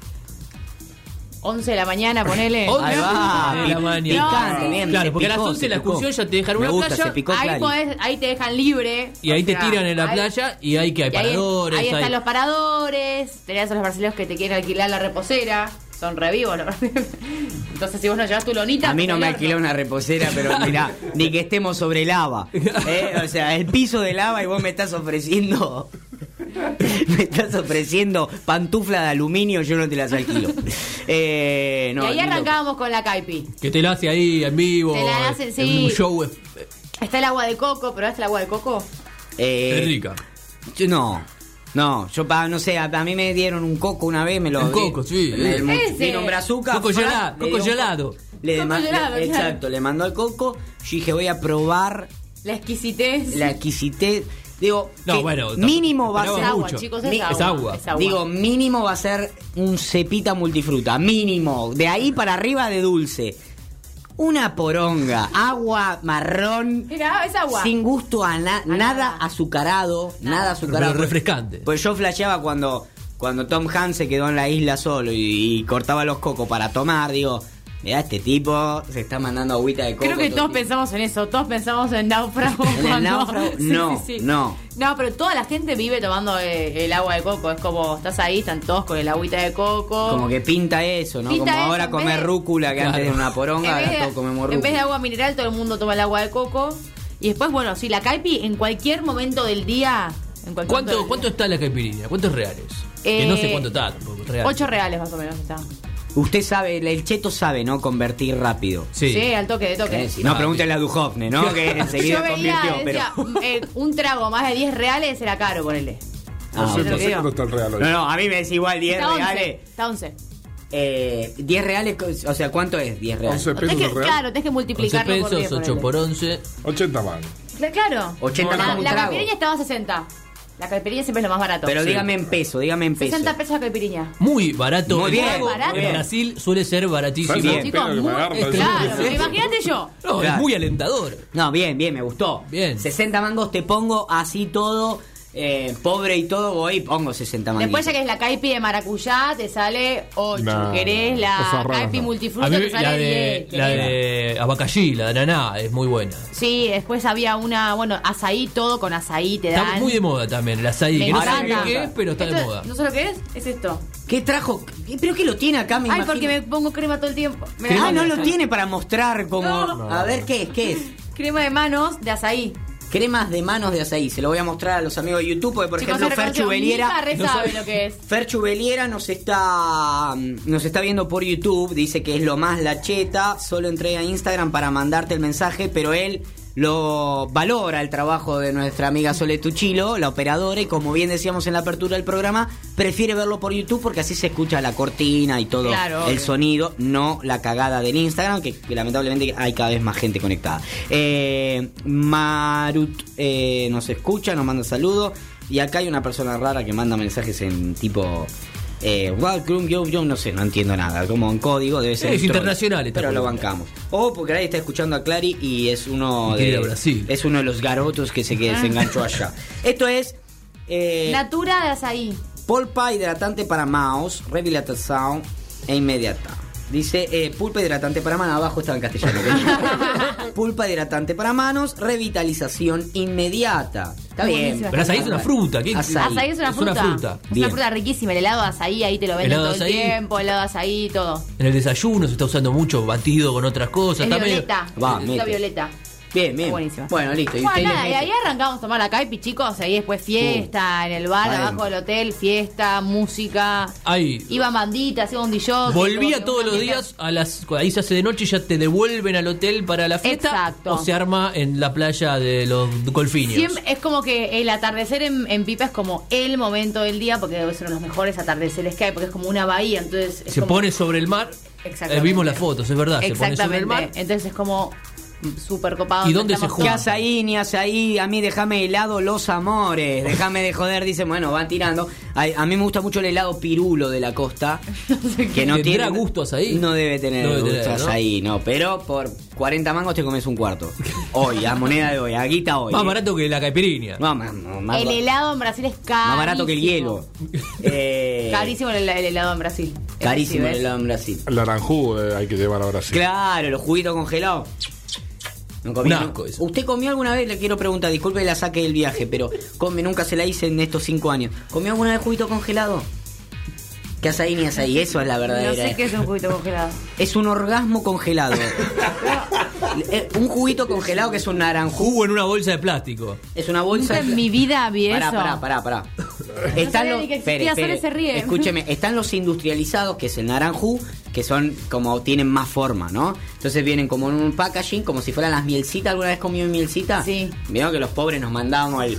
Speaker 2: 11 de la mañana, ponele. Ah.
Speaker 3: Once
Speaker 1: Ahí va,
Speaker 3: de la
Speaker 1: pi-
Speaker 3: mañana.
Speaker 1: picante, bien,
Speaker 3: Claro,
Speaker 1: se
Speaker 3: porque a
Speaker 1: picó,
Speaker 3: las 11
Speaker 1: se
Speaker 3: la
Speaker 1: picó.
Speaker 3: excursión ya te dejaron
Speaker 1: Me
Speaker 3: una
Speaker 1: gusta,
Speaker 3: playa.
Speaker 1: se picó
Speaker 2: ahí,
Speaker 1: Clary.
Speaker 2: podés- ahí te dejan libre.
Speaker 3: Y ahí
Speaker 2: O
Speaker 3: te
Speaker 2: sea,
Speaker 3: tiran en la
Speaker 2: ahí-
Speaker 3: playa y ahí que hay
Speaker 2: Y ahí,
Speaker 3: paradores.
Speaker 2: ahí
Speaker 3: hay-
Speaker 2: están los paradores, tenés a los brasileños que te quieren alquilar la reposera, son revivos los brasileños. Entonces si vos no llevas tu lonita...
Speaker 1: A mí no me
Speaker 2: te
Speaker 1: alquiló
Speaker 2: largan.
Speaker 1: una reposera, pero mirá, ni que estemos sobre lava. ¿eh? O sea, el piso de lava y vos me estás ofreciendo. Me estás ofreciendo pantufla de aluminio, yo no te las alquilo. Eh, no,
Speaker 2: y ahí
Speaker 1: ni loco.
Speaker 2: arrancábamos con la caipi.
Speaker 3: Que te la hace ahí en vivo.
Speaker 2: Te la hace,
Speaker 3: en
Speaker 2: sí.
Speaker 3: Un show. eh,
Speaker 2: Está el agua de coco, pero ¿está el agua de coco?
Speaker 1: Eh,
Speaker 3: Es rica.
Speaker 1: yo- no. No, yo pa, no sé, a, a mí me dieron un coco una vez, me lo
Speaker 3: Un coco, sí.
Speaker 1: me- me-
Speaker 2: Ese.
Speaker 1: Vino un brazuca.
Speaker 3: Coco
Speaker 1: fra, le
Speaker 3: gelado, coco
Speaker 1: dio un co-
Speaker 3: gelado.
Speaker 1: le
Speaker 2: Coco
Speaker 1: ma-
Speaker 2: gelado,
Speaker 1: le-
Speaker 2: claro.
Speaker 1: Exacto, le mandó al coco. Yo dije, voy a probar
Speaker 2: La exquisitez.
Speaker 1: la exquisité. Digo,
Speaker 3: No,
Speaker 1: que
Speaker 3: bueno, tampoco.
Speaker 1: mínimo va a
Speaker 2: es
Speaker 3: Esperaba
Speaker 1: ser
Speaker 2: agua,
Speaker 3: mucho.
Speaker 2: chicos,
Speaker 1: Ni-
Speaker 2: es agua.
Speaker 1: es
Speaker 3: agua.
Speaker 1: Digo, mínimo va a ser un cepita multifruta, mínimo. De ahí para arriba de dulce. Una poronga, agua marrón,
Speaker 2: Mirá, es agua.
Speaker 1: sin gusto a, na- nada,
Speaker 2: nada.
Speaker 1: azucarado, nada, azucarado.
Speaker 3: Pero refrescante.
Speaker 1: Pues yo flasheaba cuando, cuando Tom Hanks se quedó en la isla solo y, y cortaba los cocos para tomar, digo, mirá, este tipo se está mandando agüita de coco.
Speaker 2: Creo que
Speaker 1: todo
Speaker 2: todos
Speaker 1: el tiempo".
Speaker 2: pensamos en eso, todos pensamos en náufrago.
Speaker 1: ¿En el
Speaker 2: cuando-
Speaker 1: náufrago? No, no.
Speaker 2: No, pero toda la gente vive tomando eh, el agua de coco. Es como, estás ahí, están todos con el agüita de coco.
Speaker 1: Como que pinta eso, ¿no?
Speaker 2: Pinta
Speaker 1: Como
Speaker 2: eso,
Speaker 1: ahora
Speaker 2: en vez
Speaker 1: comer
Speaker 2: de-
Speaker 1: rúcula, que antes era
Speaker 3: Claro.
Speaker 1: una poronga,
Speaker 2: en,
Speaker 1: ahora
Speaker 2: vez de,
Speaker 1: todos comemos
Speaker 2: en vez de
Speaker 1: rúcula.
Speaker 2: agua mineral, todo el mundo toma el agua de coco. Y después, bueno, sí, la caipi en cualquier momento del día. En cualquier momento
Speaker 3: ¿Cuánto,
Speaker 2: del
Speaker 3: ¿Cuánto
Speaker 2: día.
Speaker 3: está la caipirinha? ¿Cuántos reales?
Speaker 2: Eh,
Speaker 3: que no sé cuánto está tampoco. Reales.
Speaker 2: Ocho reales más o menos está.
Speaker 1: Usted sabe, el cheto sabe, ¿no? Convertir rápido.
Speaker 3: Sí.
Speaker 2: al toque, de toque.
Speaker 1: Eh, si no,
Speaker 3: rápido.
Speaker 1: pregúntale a Duhovne, ¿no? Que
Speaker 2: Yo
Speaker 1: enseguida
Speaker 2: veía,
Speaker 1: convirtió, pero...
Speaker 2: decía, eh, un trago más de 10 reales era caro, ponele.
Speaker 1: Ah,
Speaker 4: No sé,
Speaker 2: bueno.
Speaker 4: no sé cuándo está el Real hoy.
Speaker 1: No, no, a mí me es igual 10
Speaker 2: Está 11.
Speaker 1: reales.
Speaker 2: Está 11.
Speaker 1: Eh, 10 reales, o sea, ¿cuánto es 10 reales?
Speaker 4: 11
Speaker 2: Tenés
Speaker 4: pesos
Speaker 2: que-
Speaker 4: el Real.
Speaker 2: claro, tenés que
Speaker 3: 11
Speaker 2: multiplicarlo por 10.
Speaker 3: pesos, 8 por
Speaker 2: ponele.
Speaker 3: 11.
Speaker 4: 80 más.
Speaker 2: Cla- Claro.
Speaker 1: 80
Speaker 2: La,
Speaker 1: como un
Speaker 2: la
Speaker 1: trago.
Speaker 2: caipirinha estaba a 60. La caipirinha siempre es lo más barato.
Speaker 1: Pero
Speaker 2: Sí.
Speaker 1: dígame en peso, dígame en peso.
Speaker 2: 60 pesos la caipirinha.
Speaker 3: Muy barato.
Speaker 1: Muy
Speaker 3: El
Speaker 1: bien,
Speaker 3: trago
Speaker 2: barato.
Speaker 3: En Brasil suele ser baratísimo.
Speaker 4: Salvo
Speaker 1: Bien.
Speaker 4: el
Speaker 2: Chicos,
Speaker 4: pelo que me
Speaker 2: muy-
Speaker 4: agarra,
Speaker 3: es
Speaker 4: sí.
Speaker 2: Claro,
Speaker 3: Sí.
Speaker 2: imagínate yo.
Speaker 3: No,
Speaker 1: Claro.
Speaker 3: es muy alentador.
Speaker 1: No, bien, bien, me gustó.
Speaker 3: Bien.
Speaker 1: 60 mangos te pongo así todo, eh, pobre y todo, voy y pongo 60 mangos.
Speaker 2: Después ya que es la caipi de maracuyá, te sale 8.
Speaker 4: No,
Speaker 2: Querés
Speaker 4: cosas
Speaker 2: la
Speaker 4: raras,
Speaker 2: caipi
Speaker 4: no.
Speaker 2: multifruta,
Speaker 3: A mí
Speaker 2: te sale
Speaker 3: la de,
Speaker 2: 10.
Speaker 3: la
Speaker 2: querés.
Speaker 3: de Abacallí, la de Naná, es muy buena.
Speaker 2: Sí, después había una, bueno, azaí, todo con azaí te dan.
Speaker 3: Está muy de moda también el azaí.
Speaker 2: Me
Speaker 3: que no sé
Speaker 2: encanta.
Speaker 3: bien qué es, pero está de
Speaker 2: Esto-
Speaker 3: moda.
Speaker 2: ¿No sé lo que es? Es esto.
Speaker 1: ¿Qué trajo? ¿Qué- ¿Pero qué lo tiene acá? Me
Speaker 2: Ay,
Speaker 1: imagino?
Speaker 2: porque me pongo crema todo el tiempo. Me
Speaker 1: Ah,
Speaker 2: dan-
Speaker 1: no lo tiene para mostrar como...
Speaker 2: No.
Speaker 1: A ver, ¿qué es? ¿Qué es?
Speaker 2: Crema de manos de azaí.
Speaker 1: Cremas de manos de azaí. Se lo voy a mostrar a los amigos de YouTube, porque por
Speaker 2: Chicos,
Speaker 1: ejemplo
Speaker 2: se reconoció.
Speaker 1: Ferchu Beliera.
Speaker 2: Mija re
Speaker 1: no
Speaker 2: sabe
Speaker 1: sabe-
Speaker 2: lo que es.
Speaker 1: Ferchu Beliera nos está, mm, nos está viendo por YouTube, dice que es lo más la cheta, solo entré a Instagram para mandarte el mensaje, pero él lo valora el trabajo de nuestra amiga Sole Tuchilo, la operadora, y como bien decíamos en la apertura del programa, prefiere verlo por YouTube porque así se escucha la cortina y todo
Speaker 2: Claro,
Speaker 1: el
Speaker 2: obvio.
Speaker 1: sonido, no la cagada del Instagram, que, que lamentablemente hay cada vez más gente conectada. Eh, Marut eh, nos escucha, nos manda saludos. Y acá hay una persona rara que manda mensajes en tipo. Eh, welcome, yo, yo no sé, no entiendo nada. Como en código debe ser.
Speaker 3: Es
Speaker 1: un troll,
Speaker 3: internacional esta
Speaker 1: Pero lo
Speaker 3: pregunta.
Speaker 1: bancamos. O porque ahí está escuchando a Clary y es uno
Speaker 3: Y quiere
Speaker 1: de.
Speaker 3: ir a Brasil.
Speaker 1: Es uno de los garotos que se, que se enganchó allá. Esto es. eh,
Speaker 2: Natura de azaí.
Speaker 1: Polpa hidratante para mouse, rehabilitación e inmediata. Dice eh, pulpa hidratante para manos, abajo estaba en castellano. pulpa hidratante para manos, revitalización inmediata. Está bien.
Speaker 2: Buenísimo.
Speaker 3: Pero azaí es una fruta, ¿qué-
Speaker 1: Azaí.
Speaker 2: Azaí es una
Speaker 3: Es
Speaker 2: fruta.
Speaker 3: una fruta.
Speaker 2: Es
Speaker 1: Bien.
Speaker 2: una fruta riquísima. El helado de azaí, ahí te lo venden todo
Speaker 3: Helado de
Speaker 2: el
Speaker 3: azaí.
Speaker 2: tiempo. Helado de azaí, todo.
Speaker 3: En el desayuno se está usando mucho batido con otras cosas.
Speaker 2: Es
Speaker 3: está medio-
Speaker 2: violeta.
Speaker 1: Va,
Speaker 2: es
Speaker 1: mete.
Speaker 2: violeta.
Speaker 1: Bien, bien.
Speaker 2: Buenísima.
Speaker 1: Bueno, listo. ¿Y
Speaker 2: Bueno,
Speaker 1: ustedes
Speaker 2: nada, y
Speaker 1: meten?
Speaker 2: ahí arrancamos a tomar la caipi, chicos. Ahí después fiesta, en el bar,
Speaker 1: Adentro.
Speaker 2: abajo del hotel, fiesta, música.
Speaker 3: Ay.
Speaker 2: Iba bandita, hacía un DJ.
Speaker 3: Volvía todos los días a las ahí se hace de noche y ya te devuelven al hotel para la fiesta
Speaker 2: Exacto.
Speaker 3: o se arma en la playa de los golfiños.
Speaker 2: Siempre, es como que el atardecer en, en Pipa es como el momento del día, porque debe ser uno de los mejores atardeceres que hay, porque es como una bahía, entonces... es
Speaker 3: se
Speaker 2: como-
Speaker 3: pone sobre el mar.
Speaker 2: Exactamente.
Speaker 3: Eh, vimos las fotos, es verdad, se pone
Speaker 2: Exactamente.
Speaker 3: sobre el mar.
Speaker 2: Entonces es como súper copado.
Speaker 3: ¿Y dónde se
Speaker 2: Estamos
Speaker 1: ¿Qué
Speaker 3: juega?
Speaker 2: todos-
Speaker 1: haces ahí? Ni haces ahí. A mí déjame helado los amores. Déjame de joder. Dicen, bueno, van tirando. Ay, A, mí me gusta mucho el helado pirulo de la costa. Que no
Speaker 3: ¿Tendrá
Speaker 1: tiene
Speaker 3: gusto azaí?
Speaker 1: No debe tener
Speaker 3: No debe
Speaker 1: gusto
Speaker 3: tener, ¿no?
Speaker 1: azaí, no. Pero por 40 mangos te comes un cuarto. Hoy, a moneda de hoy, a guita hoy.
Speaker 3: Más
Speaker 1: eh.
Speaker 3: barato que la caipirinha.
Speaker 1: No, más, no, más
Speaker 2: El
Speaker 1: ba-
Speaker 2: helado en Brasil es caro.
Speaker 1: más barato que el hielo. Eh,
Speaker 2: Carísimo el, el helado en Brasil. Eso sí,
Speaker 1: Carísimo
Speaker 2: ¿ves?
Speaker 1: el helado en Brasil.
Speaker 4: El naranjú eh, hay que llevar ahora sí.
Speaker 1: Claro, los juguitos congelados. No comí,
Speaker 3: Un
Speaker 1: ¿no?
Speaker 3: asco eso.
Speaker 1: ¿Usted comió alguna vez? Le quiero preguntar, disculpe la saque del viaje, pero come, nunca se la hice en estos cinco años. ¿Comió alguna vez juguito congelado? ¿Qué haces ahí ni haces ahí? Eso es la verdadera.
Speaker 2: No sé qué es un juguito congelado.
Speaker 1: Es un orgasmo congelado. Eh, un juguito congelado que es un naranjú.
Speaker 3: Jugo en una bolsa de plástico.
Speaker 1: Es una bolsa.
Speaker 2: Nunca en mi vida vi
Speaker 1: Pará,
Speaker 2: eso.
Speaker 1: pará, pará, pará.
Speaker 2: sabía ni que
Speaker 1: espere,
Speaker 2: existía, Sole
Speaker 1: espere.
Speaker 2: se ríe.
Speaker 1: Escúcheme, están los industrializados, que es el naranjú, que son como tienen más forma, ¿no? Entonces vienen como en un packaging, como si fueran las mielcitas. ¿Alguna vez comió mielcita?
Speaker 2: Sí.
Speaker 1: Vieron que los pobres nos mandábamos el.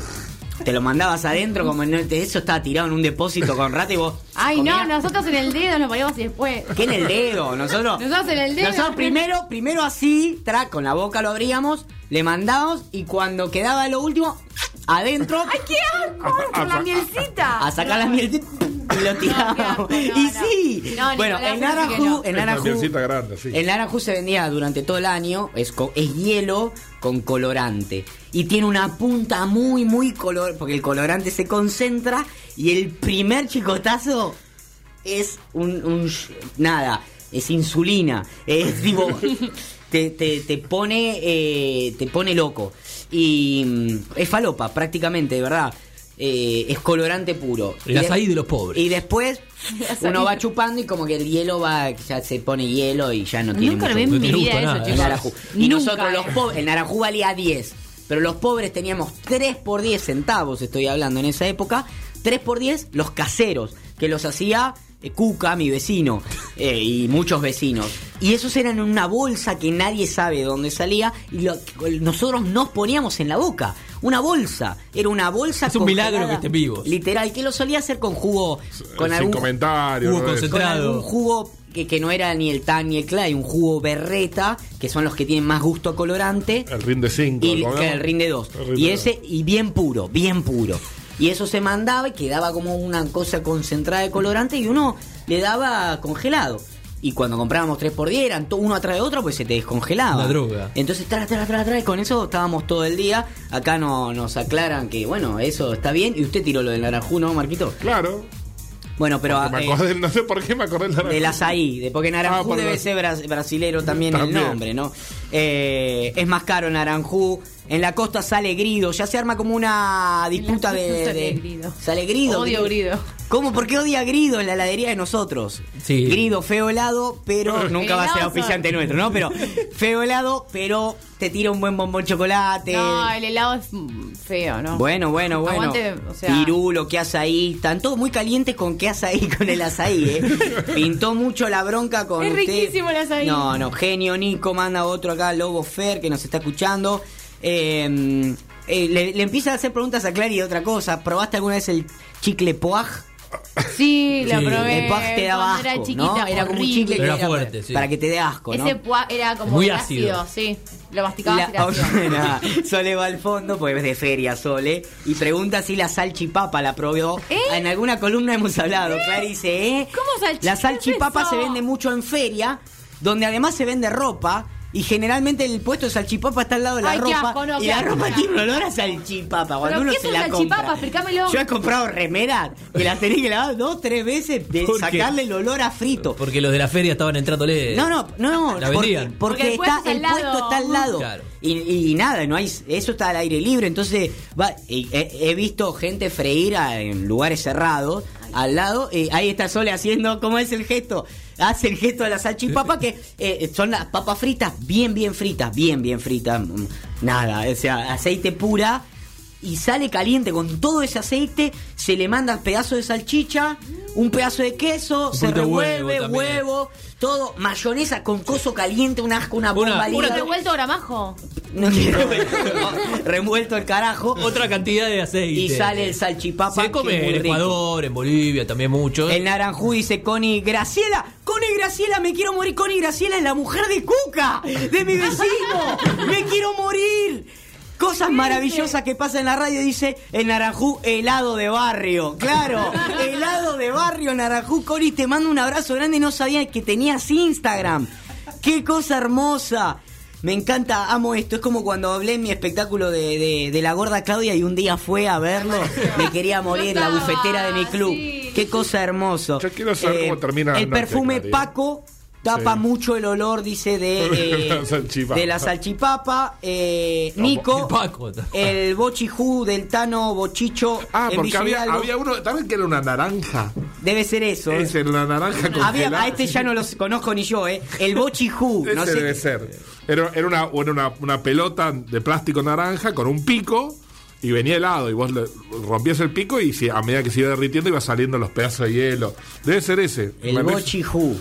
Speaker 1: Te lo mandabas adentro, como en el- eso estaba tirado en un depósito con rata y vos.
Speaker 2: Ay, no,
Speaker 1: comías-
Speaker 2: nosotros en el dedo nos poníamos y después.
Speaker 1: ¿Qué en el dedo? Nosotros.
Speaker 2: Nosotros en el dedo.
Speaker 1: Nosotros primero, primero así, tra, con la boca lo abríamos, le mandábamos y cuando quedaba lo último, adentro.
Speaker 2: ¡Ay, qué asco! Con la mielcita.
Speaker 1: a sacar las mieles y lo tiramos.
Speaker 2: No, qué asco, no,
Speaker 1: y
Speaker 2: no.
Speaker 1: sí.
Speaker 2: No, Nicolás,
Speaker 1: bueno, en
Speaker 2: eso sí que
Speaker 1: Naranjú,
Speaker 2: no.
Speaker 1: en
Speaker 4: Es una
Speaker 1: Naranjú,
Speaker 4: mielcita grande, sí.
Speaker 1: en Naranjú se vendía durante todo el año, es, co- es hielo con colorante. Y tiene una punta muy, muy color, porque el colorante se concentra y el primer chicotazo es un, un sh- nada, es insulina, es tipo te, te, te pone eh, te pone loco y mm, es falopa prácticamente, de verdad. Eh, es colorante puro.
Speaker 3: El
Speaker 1: Y de-
Speaker 3: azaí de los pobres.
Speaker 1: Y después
Speaker 2: azaí.
Speaker 1: uno va chupando y como que el hielo va, ya se pone hielo y ya no tiene
Speaker 2: Nunca lo
Speaker 1: mucho
Speaker 2: vi en
Speaker 3: no
Speaker 2: mi
Speaker 3: tiene
Speaker 2: vida
Speaker 3: gusto
Speaker 2: eso,
Speaker 3: nada,
Speaker 1: el
Speaker 2: chicos.
Speaker 3: ¿eh?
Speaker 1: naranjú. Y
Speaker 2: Nunca,
Speaker 1: nosotros
Speaker 2: eh.
Speaker 1: los pobres, el naranjú valía 10, pero los pobres teníamos 3 por 10 centavos, estoy hablando en esa época, 3 por 10 los caseros, que los hacía eh, Cuca, mi vecino, eh, y muchos vecinos. Y esos eran en una bolsa que nadie sabe de dónde salía, y lo- nosotros nos poníamos en la boca. Una bolsa, era una bolsa
Speaker 3: Es un milagro
Speaker 1: congelada,
Speaker 3: que estén vivos.
Speaker 1: Literal, que lo solía hacer con jugo, con
Speaker 4: Sin
Speaker 1: algún
Speaker 4: comentarios.
Speaker 3: Jugo
Speaker 4: nada de eso.
Speaker 3: concentrado.
Speaker 1: con algún jugo que, que no era ni el tan ni el clay, un jugo berreta, que son los que tienen más gusto a colorante,
Speaker 4: El rinde 5.
Speaker 1: y que el rinde 2. Y ese, y bien puro, bien puro. Y eso se mandaba y quedaba como una cosa concentrada de colorante y uno le daba congelado. Y cuando comprábamos 3 por 10 eran to- uno atrás de otro, pues se te descongelaba.
Speaker 3: Una droga.
Speaker 1: Entonces, tras, tras, tras, tras, y con eso estábamos todo el día. Acá no, nos aclaran que, bueno, eso está bien. Y usted tiró lo del naranjú, ¿no, Marquito?
Speaker 4: Claro.
Speaker 1: Bueno, pero...
Speaker 4: Porque me
Speaker 1: eh,
Speaker 4: acordé- no sé por qué me acordé del
Speaker 1: del
Speaker 4: naranjú.
Speaker 1: azaí, de, porque
Speaker 4: Ah,
Speaker 1: Naranjú
Speaker 4: por
Speaker 1: debe
Speaker 4: la-
Speaker 1: ser bras- brasilero también,
Speaker 4: También.
Speaker 1: el nombre, ¿no? Eh, es más caro Naranjú, En la costa sale grido, ya se arma como una disputa
Speaker 2: costa
Speaker 1: de,
Speaker 2: sale
Speaker 1: de-
Speaker 2: Grido.
Speaker 1: Sale grido.
Speaker 2: Odio Grido.
Speaker 1: ¿Cómo? ¿Por qué odia grido en la heladería de nosotros?
Speaker 3: Sí.
Speaker 1: Grido, feo helado, pero nunca va a ser
Speaker 2: Helados
Speaker 1: auspiciante
Speaker 2: son.
Speaker 1: nuestro, ¿no? Pero feo helado, pero te tira un buen bombón chocolate.
Speaker 2: No, el helado es mm, feo, ¿no?
Speaker 1: Bueno, bueno, bueno.
Speaker 2: Aguante, o sea-
Speaker 1: Pirulo, ¿qué hace ahí? Están todos muy calientes con qué hace ahí, con el azaí, ¿eh? Pintó mucho la bronca con
Speaker 2: Es
Speaker 1: usted.
Speaker 2: riquísimo el azaí.
Speaker 1: No, no, genio Nico, manda otro acá, Lobo Fer, que nos está escuchando. Eh, eh, le, le empieza a hacer preguntas a Clary de otra cosa. ¿Probaste alguna vez el chicle poaj?
Speaker 2: Sí, lo
Speaker 3: Sí.
Speaker 2: probé.
Speaker 1: el poaj te daba
Speaker 2: cuando
Speaker 1: asco,
Speaker 2: era chiquita,
Speaker 1: ¿no? Era como un
Speaker 2: horrible.
Speaker 1: chicle que
Speaker 3: Era
Speaker 1: era
Speaker 3: fuerte,
Speaker 1: para-
Speaker 3: sí.
Speaker 1: para que te dé asco, ¿no?
Speaker 2: Ese poaj era como
Speaker 3: Muy
Speaker 2: un
Speaker 3: ácido.
Speaker 2: sí. Lo masticabas
Speaker 1: La-
Speaker 2: y era ácido.
Speaker 1: Nada, Sole va al fondo, porque es de feria Sole, y pregunta si la salchipapa la probó. Ah,
Speaker 2: ¿Eh?
Speaker 1: En alguna columna hemos hablado, Clary dice, ¿eh?
Speaker 2: ¿Cómo salchi-
Speaker 1: La
Speaker 2: qué
Speaker 1: salchipapa
Speaker 2: es
Speaker 1: se
Speaker 2: eso?
Speaker 1: vende mucho en feria, donde además se vende ropa. Y generalmente el puesto de salchipapa está al lado de la
Speaker 2: Ay, qué
Speaker 1: ropa.
Speaker 2: asco, no,
Speaker 1: y
Speaker 2: qué
Speaker 1: la
Speaker 2: asco,
Speaker 1: ropa
Speaker 2: no.
Speaker 1: tiene un olor a salchipapa. Cuando
Speaker 2: ¿Pero
Speaker 1: uno
Speaker 2: qué es
Speaker 1: se
Speaker 2: un
Speaker 1: la
Speaker 2: salchipapa?
Speaker 1: compra.
Speaker 2: Explícamelo.
Speaker 1: Yo he comprado remeras que las tenés que lavar dos, tres veces de
Speaker 3: ¿Por qué?
Speaker 1: sacarle el olor a frito.
Speaker 3: Porque los de la feria estaban entrándole.
Speaker 1: No, no, no, no,
Speaker 3: La
Speaker 1: porque,
Speaker 3: vendían.
Speaker 1: porque
Speaker 2: Porque el
Speaker 1: está,
Speaker 2: puesto
Speaker 1: el
Speaker 2: está al
Speaker 1: puesto
Speaker 2: lado.
Speaker 1: está al lado.
Speaker 3: Claro.
Speaker 1: Y, y nada, no hay, eso está al aire libre. Entonces, va, y- eh, he, he visto gente freír a- en lugares cerrados, al lado, y ahí está Sole haciendo, ¿cómo es el gesto? Hace el gesto de la salchipapa, que eh, son las papas fritas, bien, bien fritas, bien, bien fritas. mm, Nada, o sea, aceite pura. Y sale caliente con todo ese aceite, se le manda pedazo de salchicha, un pedazo de queso, se
Speaker 3: poquito de huevo
Speaker 1: revuelve,
Speaker 3: también.
Speaker 1: huevo, todo mayonesa con coso caliente, un asco, una
Speaker 3: Una-
Speaker 1: bomba
Speaker 2: ¿Pero
Speaker 1: líquida.
Speaker 2: revuelto gramajo?
Speaker 1: No quiero no, revuelto el carajo.
Speaker 3: Otra cantidad de aceite.
Speaker 1: Y sale el salchipapa.
Speaker 3: Se
Speaker 1: que es
Speaker 3: come
Speaker 1: muy
Speaker 3: en
Speaker 1: rico.
Speaker 3: Ecuador, en Bolivia también mucho. ¿eh?
Speaker 1: El naranjú dice Connie Graciela. Connie Graciela, me quiero morir. Connie Graciela es la mujer de Cuca, de mi vecino. Me quiero morir. Cosas maravillosas que pasan en la radio, dice el Naranjú, helado de barrio. Claro, helado de barrio, Naranjú. Connie, te mando un abrazo grande. No sabía que tenías Instagram. Qué cosa hermosa. Me encanta, amo esto. Es como cuando hablé en mi espectáculo de, de- de la gorda Claudia y un día fue a verlo. Me quería morir, la
Speaker 2: estaba,
Speaker 1: bufetera de mi club.
Speaker 2: sí.
Speaker 1: Qué cosa hermosa.
Speaker 4: Yo quiero saber cómo termina la
Speaker 1: El
Speaker 4: noche,
Speaker 1: perfume
Speaker 4: Claudia.
Speaker 1: Paco tapa
Speaker 4: Sí.
Speaker 1: mucho el olor, dice, de, eh,
Speaker 4: La salchipapa.
Speaker 1: de la salchipapa. Eh,
Speaker 4: No,
Speaker 1: Nico,
Speaker 3: y Paco.
Speaker 1: el bochijú del Tano Bochicho.
Speaker 4: Ah,
Speaker 1: en
Speaker 4: porque había,
Speaker 1: Villalba.
Speaker 4: había uno, ¿saben que era una naranja?
Speaker 1: Debe ser eso. eh.
Speaker 4: Es en la naranja con
Speaker 1: Había- a este ya no los conozco ni yo, ¿eh? El bochijú.
Speaker 4: Ese
Speaker 1: no sé
Speaker 4: debe ser. Era, era una, era una, una pelota de plástico naranja con un pico y venía helado. Y vos le- rompías el pico y si- a medida que se iba derritiendo iba saliendo los pedazos de hielo. Debe ser ese.
Speaker 1: El
Speaker 4: Me-
Speaker 1: Bochijú.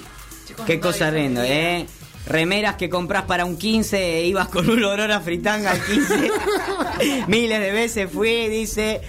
Speaker 1: Qué cosa rindo, ¿eh? Remeras que compras para un 15, ibas con un olor a fritanga al 15. Miles de veces fui, dice.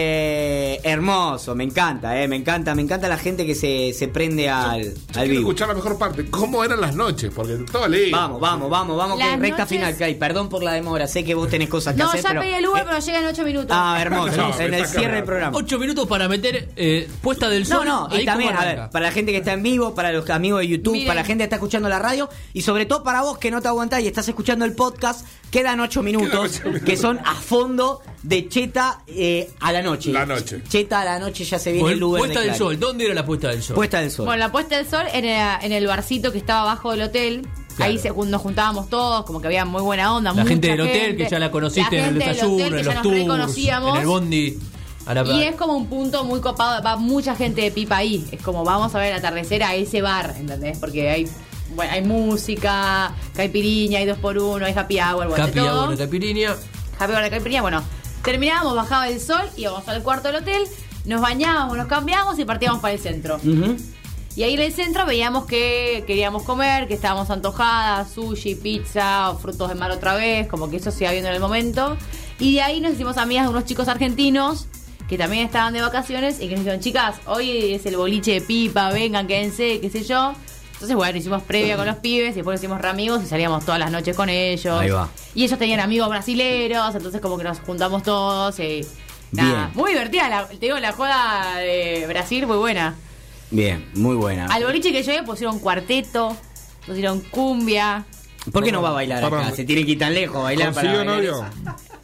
Speaker 1: eh, hermoso, me encanta, ¿eh? Me encanta, me encanta la gente que se, se prende al,
Speaker 4: Yo
Speaker 1: al
Speaker 4: quiero
Speaker 1: vivo.
Speaker 4: escuchar la mejor parte. ¿Cómo eran las noches? Porque todo leí.
Speaker 1: Vamos, vamos, vamos, vamos, que
Speaker 2: Las
Speaker 1: recta
Speaker 2: noches-
Speaker 1: final que hay. Perdón por la demora, sé que vos tenés cosas que
Speaker 2: No,
Speaker 1: hacer,
Speaker 2: ya
Speaker 1: pero-
Speaker 2: pedí el Uber,
Speaker 1: eh,
Speaker 2: pero llega en 8 minutos.
Speaker 1: Ah, hermoso,
Speaker 4: No, me
Speaker 1: en el
Speaker 4: saca
Speaker 1: cierre del
Speaker 4: la-
Speaker 1: programa.
Speaker 3: Ocho minutos para meter eh, puesta del
Speaker 1: No,
Speaker 3: sol.
Speaker 1: no, y
Speaker 3: ahí
Speaker 1: también,
Speaker 3: como
Speaker 1: a
Speaker 3: arranca.
Speaker 1: ver, para la gente que está en vivo, para los amigos de YouTube,
Speaker 2: Miren.
Speaker 1: para la gente que está escuchando la radio y sobre todo para vos que no te aguantás y estás escuchando el podcast, quedan ocho minutos que son a fondo de Cheta eh, a la noche.
Speaker 4: La noche.
Speaker 1: Cheta a la noche ya se viene
Speaker 3: Pu-
Speaker 1: el Uber.
Speaker 3: Pues, puesta
Speaker 1: de
Speaker 3: del
Speaker 1: Clarín.
Speaker 3: sol. ¿Dónde era la puesta del sol?
Speaker 1: Puesta del sol.
Speaker 2: Bueno, la puesta del sol era en el barcito que estaba abajo del hotel.
Speaker 3: Claro.
Speaker 2: Ahí se, nos juntábamos todos, como que había muy buena onda.
Speaker 3: la
Speaker 2: mucha
Speaker 3: gente del hotel que ya la conociste
Speaker 2: La
Speaker 3: en el
Speaker 2: gente del
Speaker 3: desayuno,
Speaker 2: hotel que
Speaker 3: en
Speaker 2: ya
Speaker 3: los
Speaker 2: nos
Speaker 3: tours,
Speaker 2: reconocíamos.
Speaker 3: en el bondi. A la,
Speaker 2: Y es como un punto muy copado, va mucha gente de pipa ahí. Es como vamos a ver atardecer a ese bar, ¿entendés? Porque hay bueno, hay música, caipiriña, hay dos por uno, hay happy hour, bueno, de
Speaker 3: Capi,
Speaker 2: todo.
Speaker 3: Abono, Capirinha.
Speaker 2: Happy hour de caipiriña, bueno, terminábamos, bajaba el sol, íbamos al cuarto del hotel, nos bañábamos, nos cambiábamos y partíamos para el centro.
Speaker 1: Ujú.
Speaker 2: Y ahí en el centro veíamos que queríamos comer, que estábamos antojadas, sushi, pizza, o frutos de mar otra vez, como que eso se iba viendo en el momento. Y de ahí nos hicimos amigas de unos chicos argentinos que también estaban de vacaciones y que nos dijeron, chicas, hoy es el boliche de pipa, vengan, quédense, qué sé yo. Entonces, bueno, hicimos previa con los pibes y después nos hicimos reamigos y salíamos todas las noches con ellos.
Speaker 1: Ahí va.
Speaker 2: Y ellos tenían amigos brasileros, entonces como que nos juntamos todos y... Nada,
Speaker 1: Bien.
Speaker 2: muy divertida, la- te digo, la joda de Brasil, muy buena.
Speaker 1: Bien, muy buena.
Speaker 2: Al boliche que llevé pusieron cuarteto, pusieron cumbia.
Speaker 1: ¿Por qué no va a bailar
Speaker 4: Perdón.
Speaker 1: acá? Se tiene que ir tan lejos a bailar para
Speaker 4: ¿Consiguió
Speaker 1: bailar
Speaker 4: novio?
Speaker 1: esa.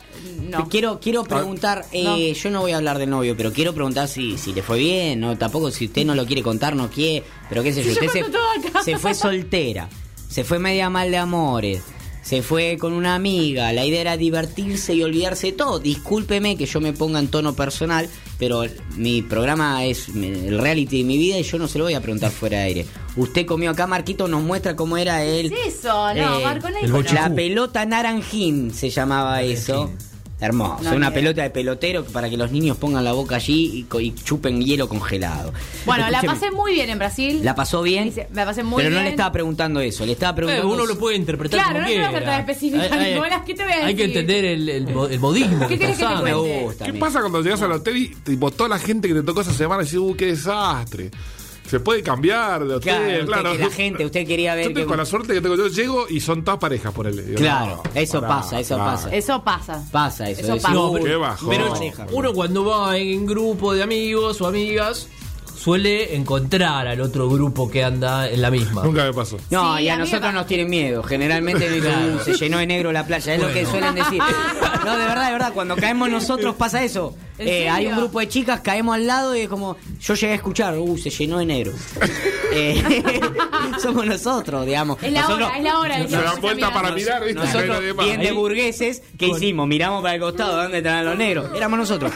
Speaker 2: No.
Speaker 1: Quiero, quiero preguntar, eh,
Speaker 2: No.
Speaker 1: yo no voy a hablar del novio, pero quiero preguntar si, si le fue bien, no, tampoco si usted no lo quiere contar, no quiere, pero qué sé yo,
Speaker 2: Sí, yo
Speaker 1: usted
Speaker 2: cuento todo acá.
Speaker 1: se, se fue soltera, se fue media mal de amores, se fue con una amiga, la idea era divertirse y olvidarse de todo. Discúlpeme que yo me ponga en tono personal, pero mi programa es el reality de mi vida y yo no se lo voy a preguntar fuera de aire. Usted comió acá, Marquito, nos muestra cómo era el...
Speaker 2: ¿Qué es eso? No,
Speaker 1: eh,
Speaker 2: Marco, no hay
Speaker 3: el
Speaker 2: color.
Speaker 3: bochifú.
Speaker 1: la pelota naranjín se llamaba eso. Hermoso,
Speaker 2: No,
Speaker 1: una
Speaker 2: ni idea.
Speaker 1: pelota de pelotero para que los niños pongan la boca allí y co- y, chupen hielo congelado.
Speaker 2: Bueno, la
Speaker 1: Escúcheme,
Speaker 2: pasé muy bien en Brasil.
Speaker 1: ¿La pasó bien?
Speaker 2: Dice, la pasé muy
Speaker 1: Pero no
Speaker 2: bien.
Speaker 1: le estaba preguntando eso, le estaba
Speaker 3: Eh,
Speaker 1: preguntando...
Speaker 3: uno lo puede interpretar
Speaker 2: Claro,
Speaker 3: como
Speaker 2: no te voy a
Speaker 3: quiera.
Speaker 2: tratar de especificar,
Speaker 3: Hay- hay-
Speaker 2: Nicolás, ¿qué te voy a
Speaker 3: Hay que
Speaker 2: decir?
Speaker 3: entender el, el, mo- el modismo
Speaker 2: ¿Qué
Speaker 3: que
Speaker 2: querés que te
Speaker 3: está
Speaker 1: Me
Speaker 3: usando.
Speaker 2: cuente?
Speaker 1: gusta. a
Speaker 4: ¿Qué
Speaker 1: mí.
Speaker 4: pasa cuando llegas al hotel y tipo, toda la gente que te tocó esa semana y decís, uh, qué desastre? Se puede cambiar de
Speaker 1: Claro,
Speaker 4: hotel,
Speaker 1: usted
Speaker 4: claro.
Speaker 1: que la gente, usted quería ver
Speaker 4: Yo tengo
Speaker 1: que-
Speaker 4: la suerte que tengo, yo llego y son todas parejas por el
Speaker 1: Claro, eso pasa, eso pasa.
Speaker 2: Eso pasa.
Speaker 1: Pasa eso.
Speaker 2: Eso
Speaker 1: decís,
Speaker 2: pasa.
Speaker 3: No,
Speaker 1: "Uy,
Speaker 4: Qué bajón.
Speaker 1: pero-
Speaker 3: Pero uno cuando va en grupo de amigos o amigas suele encontrar al otro grupo que anda en la misma.
Speaker 4: Nunca me pasó.
Speaker 1: No,
Speaker 2: Sí,
Speaker 1: y
Speaker 2: a
Speaker 1: a
Speaker 2: mí me
Speaker 1: nosotros
Speaker 2: pasa.
Speaker 1: nos tienen miedo. Generalmente dicen, "Uh, se llenó de negro la playa, es lo que
Speaker 3: Bueno.
Speaker 1: suelen decir. No, de verdad, de verdad, cuando caemos nosotros pasa eso.
Speaker 2: ¿En
Speaker 1: Eh, hay un
Speaker 2: serio?
Speaker 1: grupo de chicas, caemos al lado y es como, yo llegué a escuchar, uh, se llenó de negro. Eh, somos nosotros, digamos.
Speaker 2: Es la
Speaker 1: Nosotros-
Speaker 2: hora, es la hora. de que
Speaker 4: Se dan
Speaker 2: vayas
Speaker 4: vuelta para
Speaker 2: caminando.
Speaker 4: mirar, ¿viste? No hay
Speaker 1: Nosotros,
Speaker 4: nadie más.
Speaker 1: bien de
Speaker 3: Ahí-
Speaker 1: burgueses, ¿qué
Speaker 3: Con-
Speaker 1: hicimos? Miramos para el costado, ¿dónde estaban los negros? Éramos nosotros.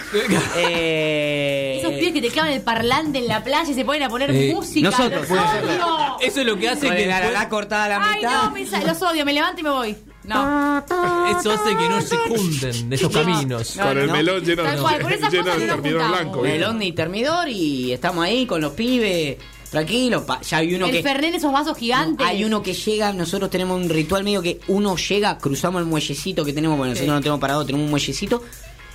Speaker 1: Eh,
Speaker 2: Esos pibes que te clavan el parlante en la playa y se ponen a poner
Speaker 3: Eh,
Speaker 2: música.
Speaker 1: nosotros,
Speaker 2: los
Speaker 1: puede ser.
Speaker 2: odio.
Speaker 3: Eso es lo que hace
Speaker 1: con
Speaker 3: que
Speaker 1: el
Speaker 3: después-
Speaker 1: aralá cortada a la
Speaker 2: Ay,
Speaker 1: mitad. Ah,
Speaker 2: no, me sa- los odio. Me levanto y me voy. No.
Speaker 3: eso hace que no se junten de esos caminos.
Speaker 2: Ah, No,
Speaker 4: con el
Speaker 1: no.
Speaker 4: melón lleno,
Speaker 2: Tal cual, con esas
Speaker 4: lleno
Speaker 2: cosas
Speaker 4: de
Speaker 2: no nos
Speaker 4: termidor
Speaker 2: juntamos.
Speaker 4: blanco. ¿viste?
Speaker 1: Melón y Termidor y estamos ahí con los pibes, tranquilos. pa- ya hay uno
Speaker 2: el
Speaker 1: que...
Speaker 2: Fernet en esos vasos gigantes.
Speaker 1: Hay uno que llega, nosotros tenemos un ritual medio que uno llega, cruzamos el muellecito que tenemos, bueno, nosotros no tenemos parado, tenemos un muellecito.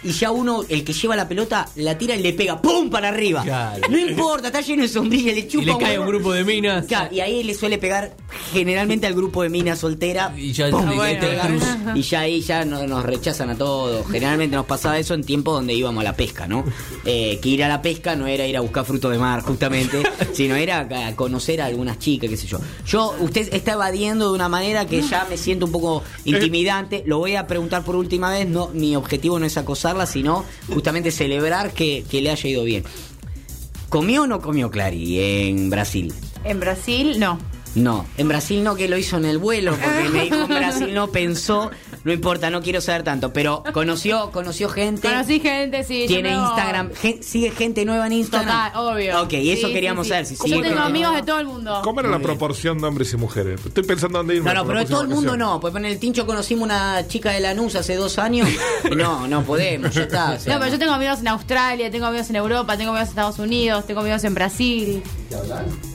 Speaker 1: Y ya uno, el que lleva la pelota, la tira y le pega ¡pum! para arriba.
Speaker 3: Claro.
Speaker 1: No importa, está lleno de sombrillas, le
Speaker 3: Y
Speaker 1: chupa
Speaker 3: le cae a
Speaker 1: huevo.
Speaker 3: un grupo de minas.
Speaker 1: Claro, y ahí le suele pegar generalmente al grupo de minas soltera.
Speaker 3: Y ya
Speaker 1: ¡pum!
Speaker 3: te-
Speaker 1: le
Speaker 3: bueno,
Speaker 1: pega.
Speaker 3: la cruz.
Speaker 1: Y ya ahí ya no- nos rechazan a todos. Generalmente nos pasaba eso en tiempos donde íbamos a la pesca, ¿no? Eh, que ir a la pesca no era ir a buscar fruto de mar, justamente, sino era a conocer a algunas chicas, qué sé yo. Yo, usted está evadiendo de una manera que ya me siento un poco intimidante. Lo voy a preguntar por última vez. No, mi objetivo no es acosarla, sino justamente celebrar que, que le haya ido bien. ¿Comió o no comió Clary en Brasil?
Speaker 2: En Brasil, no.
Speaker 1: No, en Brasil no, que lo hizo en el vuelo, porque me dijo en Brasil no pensó, no importa, no quiero saber tanto, pero conoció, conoció gente,
Speaker 2: Conocí gente, sí. yo
Speaker 1: tiene
Speaker 2: tengo-
Speaker 1: Instagram, gen- sigue gente nueva en Instagram.
Speaker 2: Total, obvio.
Speaker 1: Ok, y eso
Speaker 2: Sí,
Speaker 1: queríamos
Speaker 2: sí, sí.
Speaker 1: saber. Si sigue
Speaker 2: Yo tengo
Speaker 1: gente
Speaker 2: amigos
Speaker 1: nueva.
Speaker 2: de todo el mundo.
Speaker 4: ¿Cómo era la proporción de hombres y mujeres? Estoy pensando dónde irme.
Speaker 1: No, no,
Speaker 4: por
Speaker 1: pero
Speaker 4: la
Speaker 1: de todo el
Speaker 4: próxima
Speaker 1: mundo
Speaker 4: vacación.
Speaker 1: no, pues en el tincho conocimos una chica de Lanús hace dos años. No, no podemos, ya está. o sea,
Speaker 2: No, pero yo tengo amigos en Australia, tengo amigos en Europa, tengo amigos en Estados Unidos, tengo amigos en Brasil.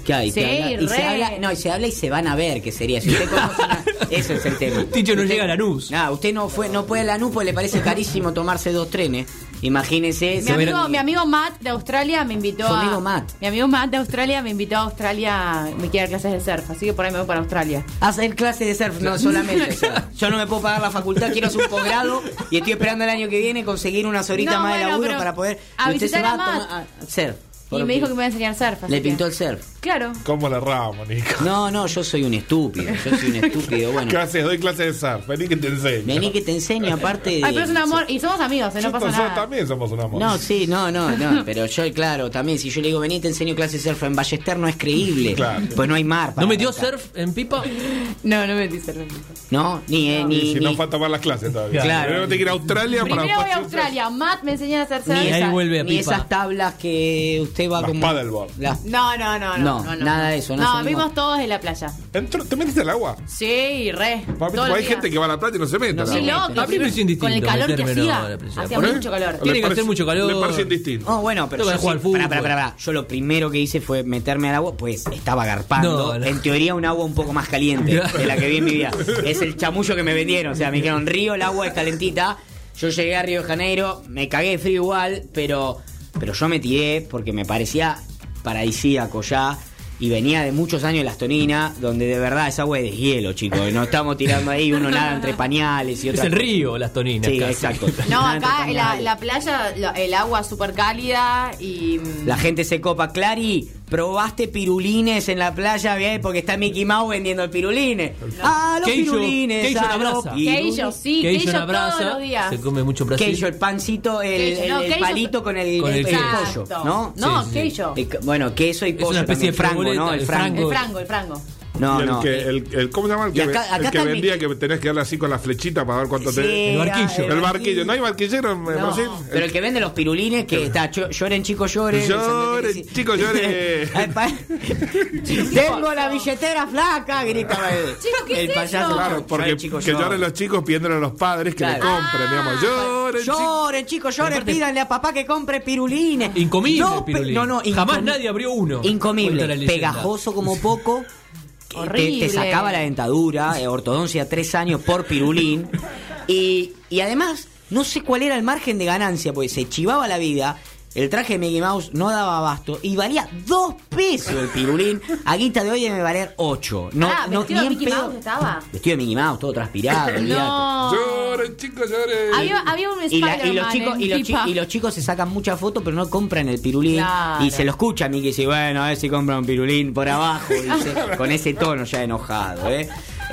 Speaker 1: ¿Qué hay?
Speaker 2: Sí,
Speaker 1: ¿Te habla? y se
Speaker 2: re.
Speaker 1: habla, no, y se habla y se van a ver, que sería. Si usted conoce una- ese es el tema.
Speaker 3: Ticho no
Speaker 1: Usted-
Speaker 3: llega a Lanús.
Speaker 1: Nah, usted no fue, no puede a Lanús porque le parece carísimo tomarse dos trenes. Imagínese.
Speaker 2: Mi
Speaker 1: se-
Speaker 2: amigo, mi amigo Matt de Australia me invitó
Speaker 1: Su
Speaker 2: a.
Speaker 1: amigo Matt.
Speaker 2: Mi amigo Matt de Australia me invitó a Australia, me quiere dar clases de surf, así que por ahí me voy para Australia.
Speaker 1: Hacer clases de surf, no solamente. o sea, yo no me puedo pagar la facultad, quiero hacer un posgrado y estoy esperando el año que viene conseguir unas horitas
Speaker 2: No,
Speaker 1: más de
Speaker 2: bueno,
Speaker 1: laburo
Speaker 2: pero
Speaker 1: para poder.
Speaker 2: a
Speaker 1: y usted se
Speaker 2: visitar
Speaker 1: va
Speaker 2: a
Speaker 1: a
Speaker 2: Matt.
Speaker 1: tomar a- surf.
Speaker 2: Y me dijo que me iba a enseñar surf. así
Speaker 1: Le
Speaker 2: que-
Speaker 1: pintó el surf.
Speaker 2: Claro.
Speaker 4: ¿Cómo la ramo, Nico?
Speaker 1: No, no, yo soy un estúpido. Yo soy un estúpido. Bueno,
Speaker 4: Clases, doy clases de surf. Vení que te enseño.
Speaker 1: vení que te enseño, aparte de.
Speaker 2: Ay, pero es un amor. Y somos amigos, eh, no pasa
Speaker 4: Nosotros
Speaker 2: nada.
Speaker 4: también somos un amor.
Speaker 1: No, sí, no, no, no. Pero yo, claro, también, si yo le digo, vení, te enseño clase de surf en Ballester, no es creíble.
Speaker 4: Claro.
Speaker 1: Pues no hay mar. para
Speaker 3: ¿No metió
Speaker 1: arrancar.
Speaker 3: surf en pipa?
Speaker 2: No, no me dice surf.
Speaker 1: No, ni, eh,
Speaker 4: Y
Speaker 1: ni,
Speaker 4: si no
Speaker 1: ni-
Speaker 4: fue a tomar las clases todavía.
Speaker 1: Claro.
Speaker 4: Primero tengo que ir a Australia para
Speaker 2: Primero voy a
Speaker 4: pasar-
Speaker 2: Australia, Matt me enseñó a hacer
Speaker 1: ni
Speaker 2: surf.
Speaker 3: Ahí
Speaker 1: esa-
Speaker 3: vuelve a
Speaker 1: ni
Speaker 3: pipa.
Speaker 1: esas tablas que usted va
Speaker 4: Las
Speaker 1: como.
Speaker 4: paddleboard.
Speaker 1: Las-
Speaker 2: No, no, no, no,
Speaker 1: No, nada de eso, no
Speaker 2: No,
Speaker 1: salimos.
Speaker 2: vimos todos en la playa.
Speaker 4: Entró- ¿Te metiste al agua?
Speaker 2: Sí, re.
Speaker 4: Papi,
Speaker 2: todos los
Speaker 4: hay
Speaker 2: días.
Speaker 4: gente que va a la playa y no se mete.
Speaker 1: No
Speaker 4: al
Speaker 1: se
Speaker 4: agua.
Speaker 2: Sí,
Speaker 1: mete.
Speaker 2: loco,
Speaker 3: A mí me es indistinto
Speaker 2: Con el calor que
Speaker 3: meterme, no, a
Speaker 2: hacía,
Speaker 3: la playa.
Speaker 2: hacía
Speaker 4: ¿Por
Speaker 2: mucho
Speaker 4: qué?
Speaker 2: calor.
Speaker 3: Tiene que
Speaker 4: Me parece-
Speaker 3: hacer mucho calor.
Speaker 4: Me parece indistinto.
Speaker 1: No, bueno, pero
Speaker 3: Tengo que
Speaker 1: yo,
Speaker 3: jugar
Speaker 1: sí-
Speaker 3: al fútbol.
Speaker 1: pará, pará, pará. yo lo primero que hice fue meterme al agua, pues estaba garpando.
Speaker 3: No, no.
Speaker 1: En teoría un agua un poco más caliente
Speaker 3: Claro.
Speaker 1: de la que vi en mi vida. Es el chamullo que me vendieron. O sea, me dijeron, Río, el agua es calentita. Yo llegué a Río de Janeiro, me cagué de frío igual, pero, pero yo me tiré porque me parecía paradisíaco ya. Y venía de muchos años de las Toninas, donde de verdad esa agua es de hielo, chicos. No estamos tirando ahí, uno nada entre pañales y
Speaker 3: Es
Speaker 1: otra
Speaker 3: el
Speaker 1: cosa.
Speaker 3: río, las toninas.
Speaker 1: Sí,
Speaker 3: casi.
Speaker 1: exacto.
Speaker 2: No,
Speaker 1: Nada entre
Speaker 2: acá en la,
Speaker 1: pañales.
Speaker 2: la playa la- el agua súper cálida y. mm,
Speaker 1: La gente se copa. Clary, ¿probaste pirulines en la playa? Bien, porque está Mickey Mouse vendiendo el pirulines. Ah, los
Speaker 3: Queijo,
Speaker 1: pirulines.
Speaker 3: queijo
Speaker 1: ah,
Speaker 3: en la
Speaker 1: los
Speaker 3: brasa.
Speaker 1: pirulines.
Speaker 2: Queijo, sí,
Speaker 3: Que ella
Speaker 2: queijo
Speaker 3: una brasa,
Speaker 2: todos los días.
Speaker 3: se come mucho Brasil.
Speaker 1: Queijo, el pancito, el,
Speaker 2: Queijo,
Speaker 1: el-
Speaker 2: no, Ah.
Speaker 1: el
Speaker 2: queijo-
Speaker 1: palito con el,
Speaker 3: Con el
Speaker 1: el
Speaker 2: Exacto.
Speaker 1: pollo, ¿no?
Speaker 2: No,
Speaker 3: Sí, sí,
Speaker 2: queijo.
Speaker 1: Eh, Bueno, queso y pollo.
Speaker 3: una
Speaker 1: también,
Speaker 3: especie de
Speaker 1: frango, ¿no?
Speaker 3: proboleta,
Speaker 1: El
Speaker 3: de
Speaker 1: frango.
Speaker 2: El frango, el frango.
Speaker 1: No,
Speaker 4: Y el
Speaker 1: no. Eh,
Speaker 4: Que, el, el- ¿Cómo se llama? El
Speaker 1: Y
Speaker 4: que,
Speaker 1: acá-
Speaker 4: ve- el
Speaker 1: acá
Speaker 4: que
Speaker 1: está el
Speaker 4: vendía
Speaker 1: mi-
Speaker 4: que tenés que darle así con la flechita para ver cuánto te.
Speaker 1: Sí,
Speaker 3: El barquillo.
Speaker 1: ah,
Speaker 4: El barquillo. ¿No hay barquillero en en
Speaker 1: No,
Speaker 4: Brasil?
Speaker 1: pero el que vende los pirulines que está "Cho- lloren chicos lloren
Speaker 4: Lloren,
Speaker 1: Sí.
Speaker 4: chicos, lloren.
Speaker 1: Ay, pa- tengo la billetera flaca gritaba el,
Speaker 2: Chicos, ¿qué
Speaker 1: el
Speaker 2: es
Speaker 1: payaso
Speaker 2: eso?
Speaker 4: Claro,
Speaker 1: Lloren,
Speaker 4: porque
Speaker 1: chicos,
Speaker 4: que lloren los chicos pidiéndole a los padres que le
Speaker 1: Claro. Ah,
Speaker 4: compren, digamos. Lloren, chicos.
Speaker 1: Lloren, chicos, lloren,
Speaker 3: Aparte-
Speaker 1: pídanle a papá que compre pirulines.
Speaker 3: Incomible
Speaker 1: No,
Speaker 3: el
Speaker 1: pe-
Speaker 3: pirulín.
Speaker 1: No, no,
Speaker 3: Jamás
Speaker 1: incomi-
Speaker 3: nadie abrió uno. Cuenta la
Speaker 1: Incomible,
Speaker 3: leyenda.
Speaker 1: pegajoso como poco. que te- Te,
Speaker 2: Horrible.
Speaker 1: sacaba la dentadura, eh, ortodoncia tres años por pirulín. Y, y además, no sé cuál era el margen de ganancia, porque se chivaba la vida. El traje de Mickey Mouse no daba abasto y valía dos pesos el pirulín. A guita de hoy debe valer ocho. No,
Speaker 2: Ah,
Speaker 1: no,
Speaker 2: ¿vestido
Speaker 1: ni
Speaker 2: de
Speaker 1: en
Speaker 2: Mickey
Speaker 1: pedo-
Speaker 2: Mouse estaba?
Speaker 1: Vestido de Mickey Mouse, todo transpirado. olvídate.
Speaker 2: No.
Speaker 4: Lloren, chicos, lloren.
Speaker 1: Ah,
Speaker 2: Había, había un
Speaker 1: Y, la- y
Speaker 2: Spider-Man
Speaker 1: los chicos,
Speaker 2: en
Speaker 1: y, los chi-
Speaker 2: pipa.
Speaker 1: y los chicos se sacan muchas fotos, pero no compran el pirulín.
Speaker 2: Claro.
Speaker 1: Y se lo escucha a mí que dice, bueno, a ver si compran un pirulín por abajo. dice, con ese tono ya enojado, ¿eh?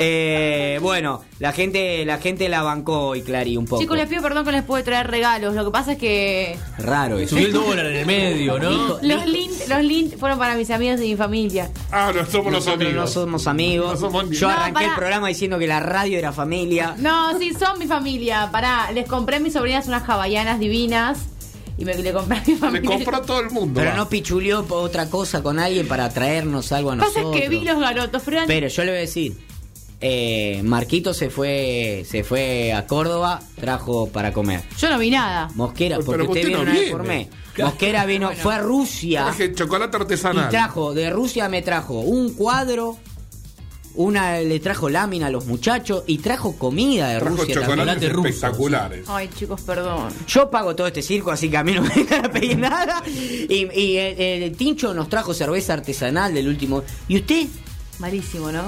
Speaker 1: Eh, bueno, la gente, la gente la bancó hoy, Clary, un poco.
Speaker 2: Chicos, les pido perdón que no les pude traer regalos. Lo que pasa es que
Speaker 1: Raro eso.
Speaker 3: Subió el dólar en el medio, ¿no?
Speaker 2: los links los links fueron para mis amigos y mi familia.
Speaker 4: Ah, no somos los
Speaker 1: Nosotros no
Speaker 4: amigos.
Speaker 1: somos amigos.
Speaker 4: No somos ni-
Speaker 1: Yo
Speaker 2: No,
Speaker 1: arranqué el
Speaker 2: pará.
Speaker 1: programa diciendo que la radio era familia.
Speaker 2: No, sí, son mi familia. Pará, les compré a mis sobrinas unas hawaianas divinas. Y me le compré a mi
Speaker 4: Le
Speaker 2: familia.
Speaker 4: compró todo el mundo.
Speaker 1: Pero
Speaker 4: va.
Speaker 1: no pichuleó por otra cosa con alguien para traernos algo a
Speaker 2: Lo que pasa
Speaker 1: nosotros.
Speaker 2: es que vi los garotos, pero eran-
Speaker 1: Pero yo le voy a decir, eh, Marquito se fue, se fue a Córdoba, trajo para comer.
Speaker 2: yo no vi nada.
Speaker 1: Mosquera,
Speaker 4: Pero
Speaker 1: porque
Speaker 4: usted
Speaker 1: usted vino
Speaker 4: no
Speaker 1: una vez
Speaker 4: viene.
Speaker 1: por mes. Mosquera vino, fue a Rusia
Speaker 4: Traje chocolate
Speaker 1: y
Speaker 4: artesanal.
Speaker 1: trajo, de Rusia me trajo un cuadro, una le trajo lámina a los muchachos y trajo comida de
Speaker 4: Trajo
Speaker 1: Rusia también.
Speaker 4: chocolates
Speaker 3: chocolate ruso.
Speaker 1: Ah.
Speaker 4: espectaculares.
Speaker 2: Ay, chicos, perdón.
Speaker 1: Yo pago todo este circo, así que a mí no me van a pedir nada. Y, y el, el Tincho nos trajo cerveza artesanal del último. ¿Y usted?
Speaker 2: Malísimo, ¿no?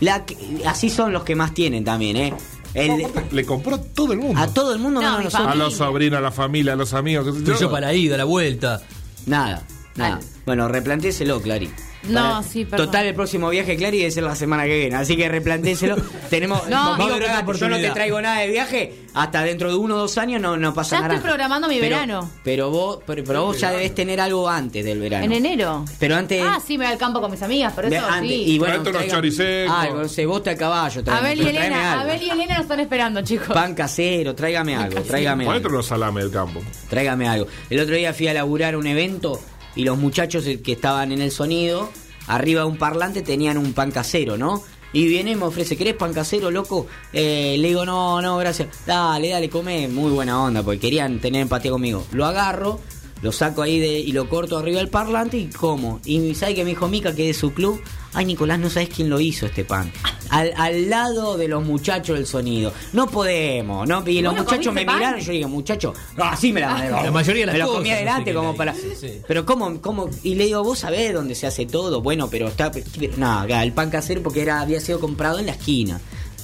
Speaker 1: La que- así son los que más tienen también, ¿eh? El-
Speaker 4: Le compró todo el mundo.
Speaker 1: a todo el mundo,
Speaker 2: No,
Speaker 1: menos
Speaker 2: mi
Speaker 1: nosotros.
Speaker 4: A los
Speaker 2: Familia.
Speaker 4: sobrinos, a la familia, a los amigos. qué sé
Speaker 3: Fui yo para la ida, la vuelta.
Speaker 1: Nada, nada.
Speaker 2: Al-
Speaker 1: Bueno, replantéselo, Clary.
Speaker 2: No,
Speaker 1: Para-
Speaker 2: sí, perdón.
Speaker 1: Total, el próximo viaje, Clary, es la semana que viene. Así que replantéselo. Tenemos. conmigo,
Speaker 2: No.
Speaker 3: Va a haber otra
Speaker 1: cagate, yo no te
Speaker 3: oportunidad.
Speaker 1: traigo nada de viaje. Hasta dentro de uno o dos años no, no pasa
Speaker 2: Ya
Speaker 1: nada.
Speaker 2: estoy programando mi verano.
Speaker 1: Pero vos, pero, pero vos ya debés tener algo antes del verano.
Speaker 2: En enero.
Speaker 1: Pero antes.
Speaker 2: Ah, sí, me voy al campo con mis amigas, pero
Speaker 1: de-
Speaker 2: eso
Speaker 1: antes-
Speaker 2: sí.
Speaker 1: Y bueno,
Speaker 4: Traete unos
Speaker 1: traigan-
Speaker 4: choricecos.
Speaker 1: Algo, no sé, vos te a caballo. tráeme,
Speaker 2: Abel y
Speaker 1: pero tráeme
Speaker 2: Elena,
Speaker 1: algo.
Speaker 2: Abel y Elena nos están esperando, chicos.
Speaker 1: Pan casero, tráigame algo, tráigame
Speaker 4: Ponete
Speaker 1: algo.
Speaker 4: los salames del campo.
Speaker 1: Tráigame algo. El otro día fui a laburar un evento y los muchachos eh, que estaban en el sonido, arriba de un parlante tenían un pan casero, ¿no? Y viene y me ofrece, ¿querés pan casero, loco? Eh, le digo, no, no, gracias. Dale, dale, come. Muy buena onda, porque querían tener empatía conmigo. Lo agarro, lo saco ahí de, y lo corto arriba del parlante y como. Y sabe que me dijo Mica que de su club, ay Nicolás, no sabes quién lo hizo este pan. Al, al lado de los muchachos del sonido. No podemos, ¿no? Y los
Speaker 2: Bueno,
Speaker 1: muchachos me
Speaker 2: comiste pan.
Speaker 1: miraron, yo digo, muchacho, no, así me la mandé.
Speaker 3: Ah, La mayoría de las
Speaker 1: Me lo
Speaker 3: cosas,
Speaker 1: comí
Speaker 3: no sé
Speaker 1: adelante
Speaker 3: qué
Speaker 1: como
Speaker 3: le
Speaker 1: para.
Speaker 3: hice, sí.
Speaker 1: Pero cómo, cómo. Y le digo, vos sabés dónde se hace todo. Bueno, pero está. No, acá, el pan casero porque era, había sido comprado en la esquina.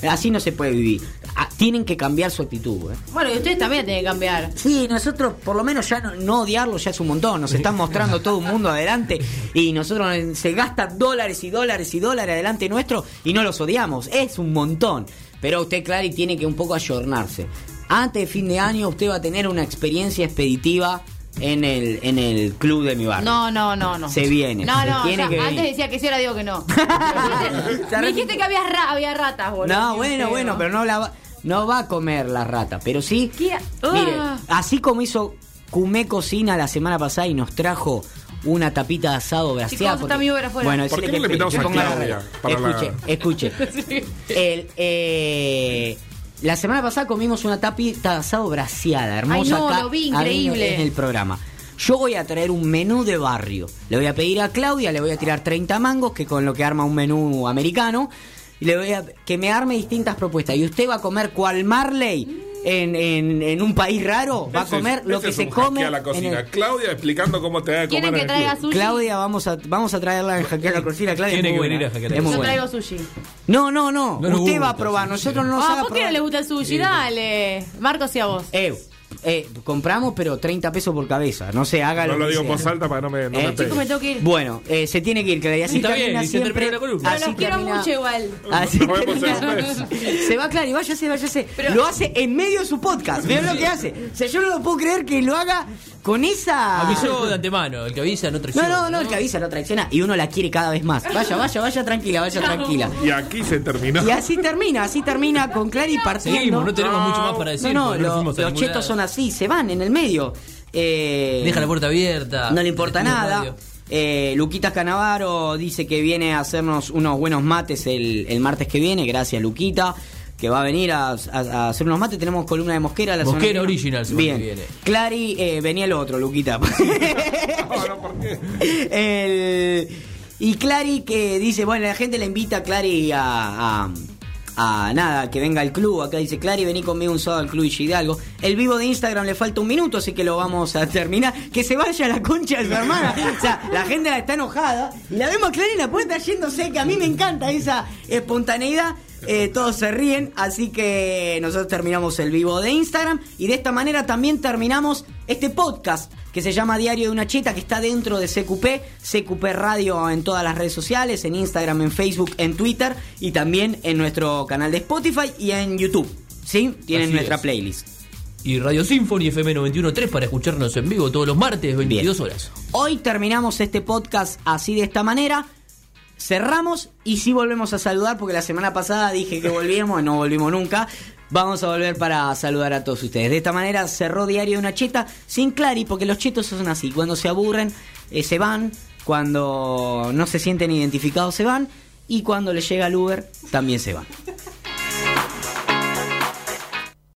Speaker 1: Así no se puede vivir. Ah, tienen que cambiar su actitud. ¿eh?
Speaker 2: Bueno, y ustedes también la tienen que cambiar.
Speaker 1: Sí, nosotros por lo menos ya no, no odiarlo ya es un montón. Nos están mostrando todo un mundo adelante y nosotros en- se gastan dólares y dólares y dólares adelante nuestro y no los odiamos. Es un montón. Pero usted, Clary, tiene que un poco ayornarse. Antes de fin de año usted va a tener una experiencia expeditiva en el, en el club de mi barrio.
Speaker 2: No, no, no, no.
Speaker 1: Se viene,
Speaker 2: No,
Speaker 1: se
Speaker 2: no,
Speaker 1: tiene
Speaker 2: ya,
Speaker 1: que
Speaker 2: antes
Speaker 1: venir.
Speaker 2: decía que sí, ahora digo que no. Me dijiste que había, ra- había ratas, boludo.
Speaker 1: No,
Speaker 2: Qué
Speaker 1: bueno,
Speaker 2: feo.
Speaker 1: bueno, pero no la va, no va a comer la rata, pero sí.
Speaker 2: ¿Qué?
Speaker 1: Mire,
Speaker 2: Ah.
Speaker 1: así como hizo Cumé Cocina la semana pasada y nos trajo una tapita de asado braseada.
Speaker 2: Chicos, está mi obra afuera.
Speaker 1: Bueno,
Speaker 4: ¿Por qué
Speaker 1: decirle
Speaker 4: no le
Speaker 1: que
Speaker 4: invitamos
Speaker 1: espere,
Speaker 4: a
Speaker 1: que ponga
Speaker 4: Claudia
Speaker 1: la-
Speaker 4: para la-
Speaker 1: Escuche, escuche.
Speaker 2: Sí.
Speaker 1: El, eh, la semana pasada comimos una tapita de asado braseada, hermosa.
Speaker 2: Ay, no,
Speaker 1: acá,
Speaker 2: lo vi,
Speaker 1: adentro
Speaker 2: increíble.
Speaker 1: En el programa. Yo voy a traer un menú de barrio. Le voy a pedir a Claudia, le voy a tirar 30 mangos, que con lo que arma un menú americano. Y le voy a que me arme distintas propuestas. Y usted va a comer cual Marley en, en- en un país raro. Va a
Speaker 4: Ese es-
Speaker 1: comer lo
Speaker 4: ese
Speaker 1: que
Speaker 4: es
Speaker 1: se
Speaker 4: un
Speaker 1: come.
Speaker 4: hackeo a la
Speaker 1: en
Speaker 4: cocina.
Speaker 1: el-
Speaker 4: Claudia explicando cómo te da de comer.
Speaker 2: ¿Quieren
Speaker 4: en
Speaker 2: que
Speaker 4: el
Speaker 2: traiga
Speaker 4: club.
Speaker 2: sushi?
Speaker 1: Claudia, vamos a, vamos a traerla en hackear la cocina. Claudia
Speaker 3: Tiene
Speaker 1: es
Speaker 3: que
Speaker 1: muy
Speaker 3: venir
Speaker 1: buena.
Speaker 3: a Hackear la
Speaker 1: Es muy
Speaker 2: Yo
Speaker 1: buena.
Speaker 2: traigo sushi.
Speaker 1: No, no, no.
Speaker 3: No nos
Speaker 1: Usted
Speaker 3: gusta
Speaker 1: va a
Speaker 3: el
Speaker 1: probar.
Speaker 3: sushi.
Speaker 1: Nosotros no nos
Speaker 2: ah,
Speaker 1: haga
Speaker 2: ¿por qué no
Speaker 1: probar.
Speaker 2: les gusta el sushi? Dale. Marcos y a vos.
Speaker 1: Eh, eh, compramos, pero 30 pesos por cabeza. No sé, hágalo.
Speaker 4: No lo digo en voz alta para que no me, no
Speaker 1: Eh,
Speaker 4: me
Speaker 1: chicos,
Speaker 4: pegue.
Speaker 2: me tengo que ir.
Speaker 1: Bueno, eh, se tiene que ir, Claudia. Así
Speaker 3: Está bien,
Speaker 1: termina
Speaker 3: y se
Speaker 1: siempre.
Speaker 3: termina la columna.
Speaker 2: Pero los quiero
Speaker 1: termina-
Speaker 2: mucho igual.
Speaker 1: Así
Speaker 4: Nos vemos
Speaker 1: termina-
Speaker 4: en un
Speaker 1: se va Clary, váyase, váyase.
Speaker 2: Pero-
Speaker 1: lo hace en medio de su podcast. Vean lo que hace. O sea, yo no lo puedo creer que lo haga Con esa.
Speaker 3: Avisó de antemano, el que avisa no
Speaker 1: No,
Speaker 3: traiciona.
Speaker 1: Ah, no, no, el que avisa no traiciona y uno la quiere cada vez más. Vaya, vaya, vaya tranquila, vaya tranquila.
Speaker 4: Y aquí se terminó.
Speaker 1: Y así termina, así termina con Clary partiendo.
Speaker 3: Seguimos, no tenemos mucho más para
Speaker 1: No,
Speaker 3: decir.
Speaker 1: no,
Speaker 3: porque
Speaker 1: lo-
Speaker 3: fuimos a
Speaker 1: los
Speaker 3: ningún
Speaker 1: chetos son
Speaker 3: lado.
Speaker 1: así, se van en el medio. Eh,
Speaker 3: Deja la puerta abierta.
Speaker 1: No le importa
Speaker 3: El estudio
Speaker 1: nada.
Speaker 3: radio.
Speaker 1: Eh, Luquitas Canavaro dice que viene a hacernos unos buenos mates el, el martes que viene. Gracias, Luquita. Que va a venir a, a- a hacer unos mates. Tenemos columna de Mosquera. La semana
Speaker 3: Mosquera
Speaker 1: que viene.
Speaker 3: Original, semana
Speaker 1: Bien.
Speaker 3: que viene.
Speaker 1: Clary, eh, venía el otro, Luquita.
Speaker 4: Ahora, ¿por qué?
Speaker 1: El- y Clary que dice, bueno, la gente le invita a Clary a, a- a nada, que venga al club. Acá dice, Clary, vení conmigo un sábado al club Hidalgo. El vivo de Instagram le falta un minuto, así que lo vamos a terminar. Que se vaya la concha de su hermana. O sea, la gente está enojada. Y la vemos a Clary en la puerta yéndose, que a mí me encanta esa espontaneidad. Eh, todos se ríen, así que nosotros terminamos el vivo de Instagram y de esta manera también terminamos este podcast que se llama Diario de una Cheta, que está dentro de CQP, CQP Radio en todas las redes sociales, en Instagram, en Facebook, en Twitter y también en nuestro canal de Spotify y en YouTube. ¿Sí? Tienen
Speaker 3: Así
Speaker 1: nuestra
Speaker 3: es.
Speaker 1: playlist.
Speaker 3: Y Radio Symphony FM 91.3 para escucharnos en vivo todos los martes, 22
Speaker 1: Bien.
Speaker 3: horas.
Speaker 1: Hoy terminamos este podcast así de esta manera. Cerramos y sí volvemos a saludar porque la semana pasada dije que volvíamos y no volvimos nunca. Vamos a volver para saludar a todos ustedes. De esta manera cerró Diario de una Cheta sin Clary porque los chetos son así. Cuando se aburren, eh, se van. Cuando no se sienten identificados, se van. Y cuando les llega el Uber, también se van.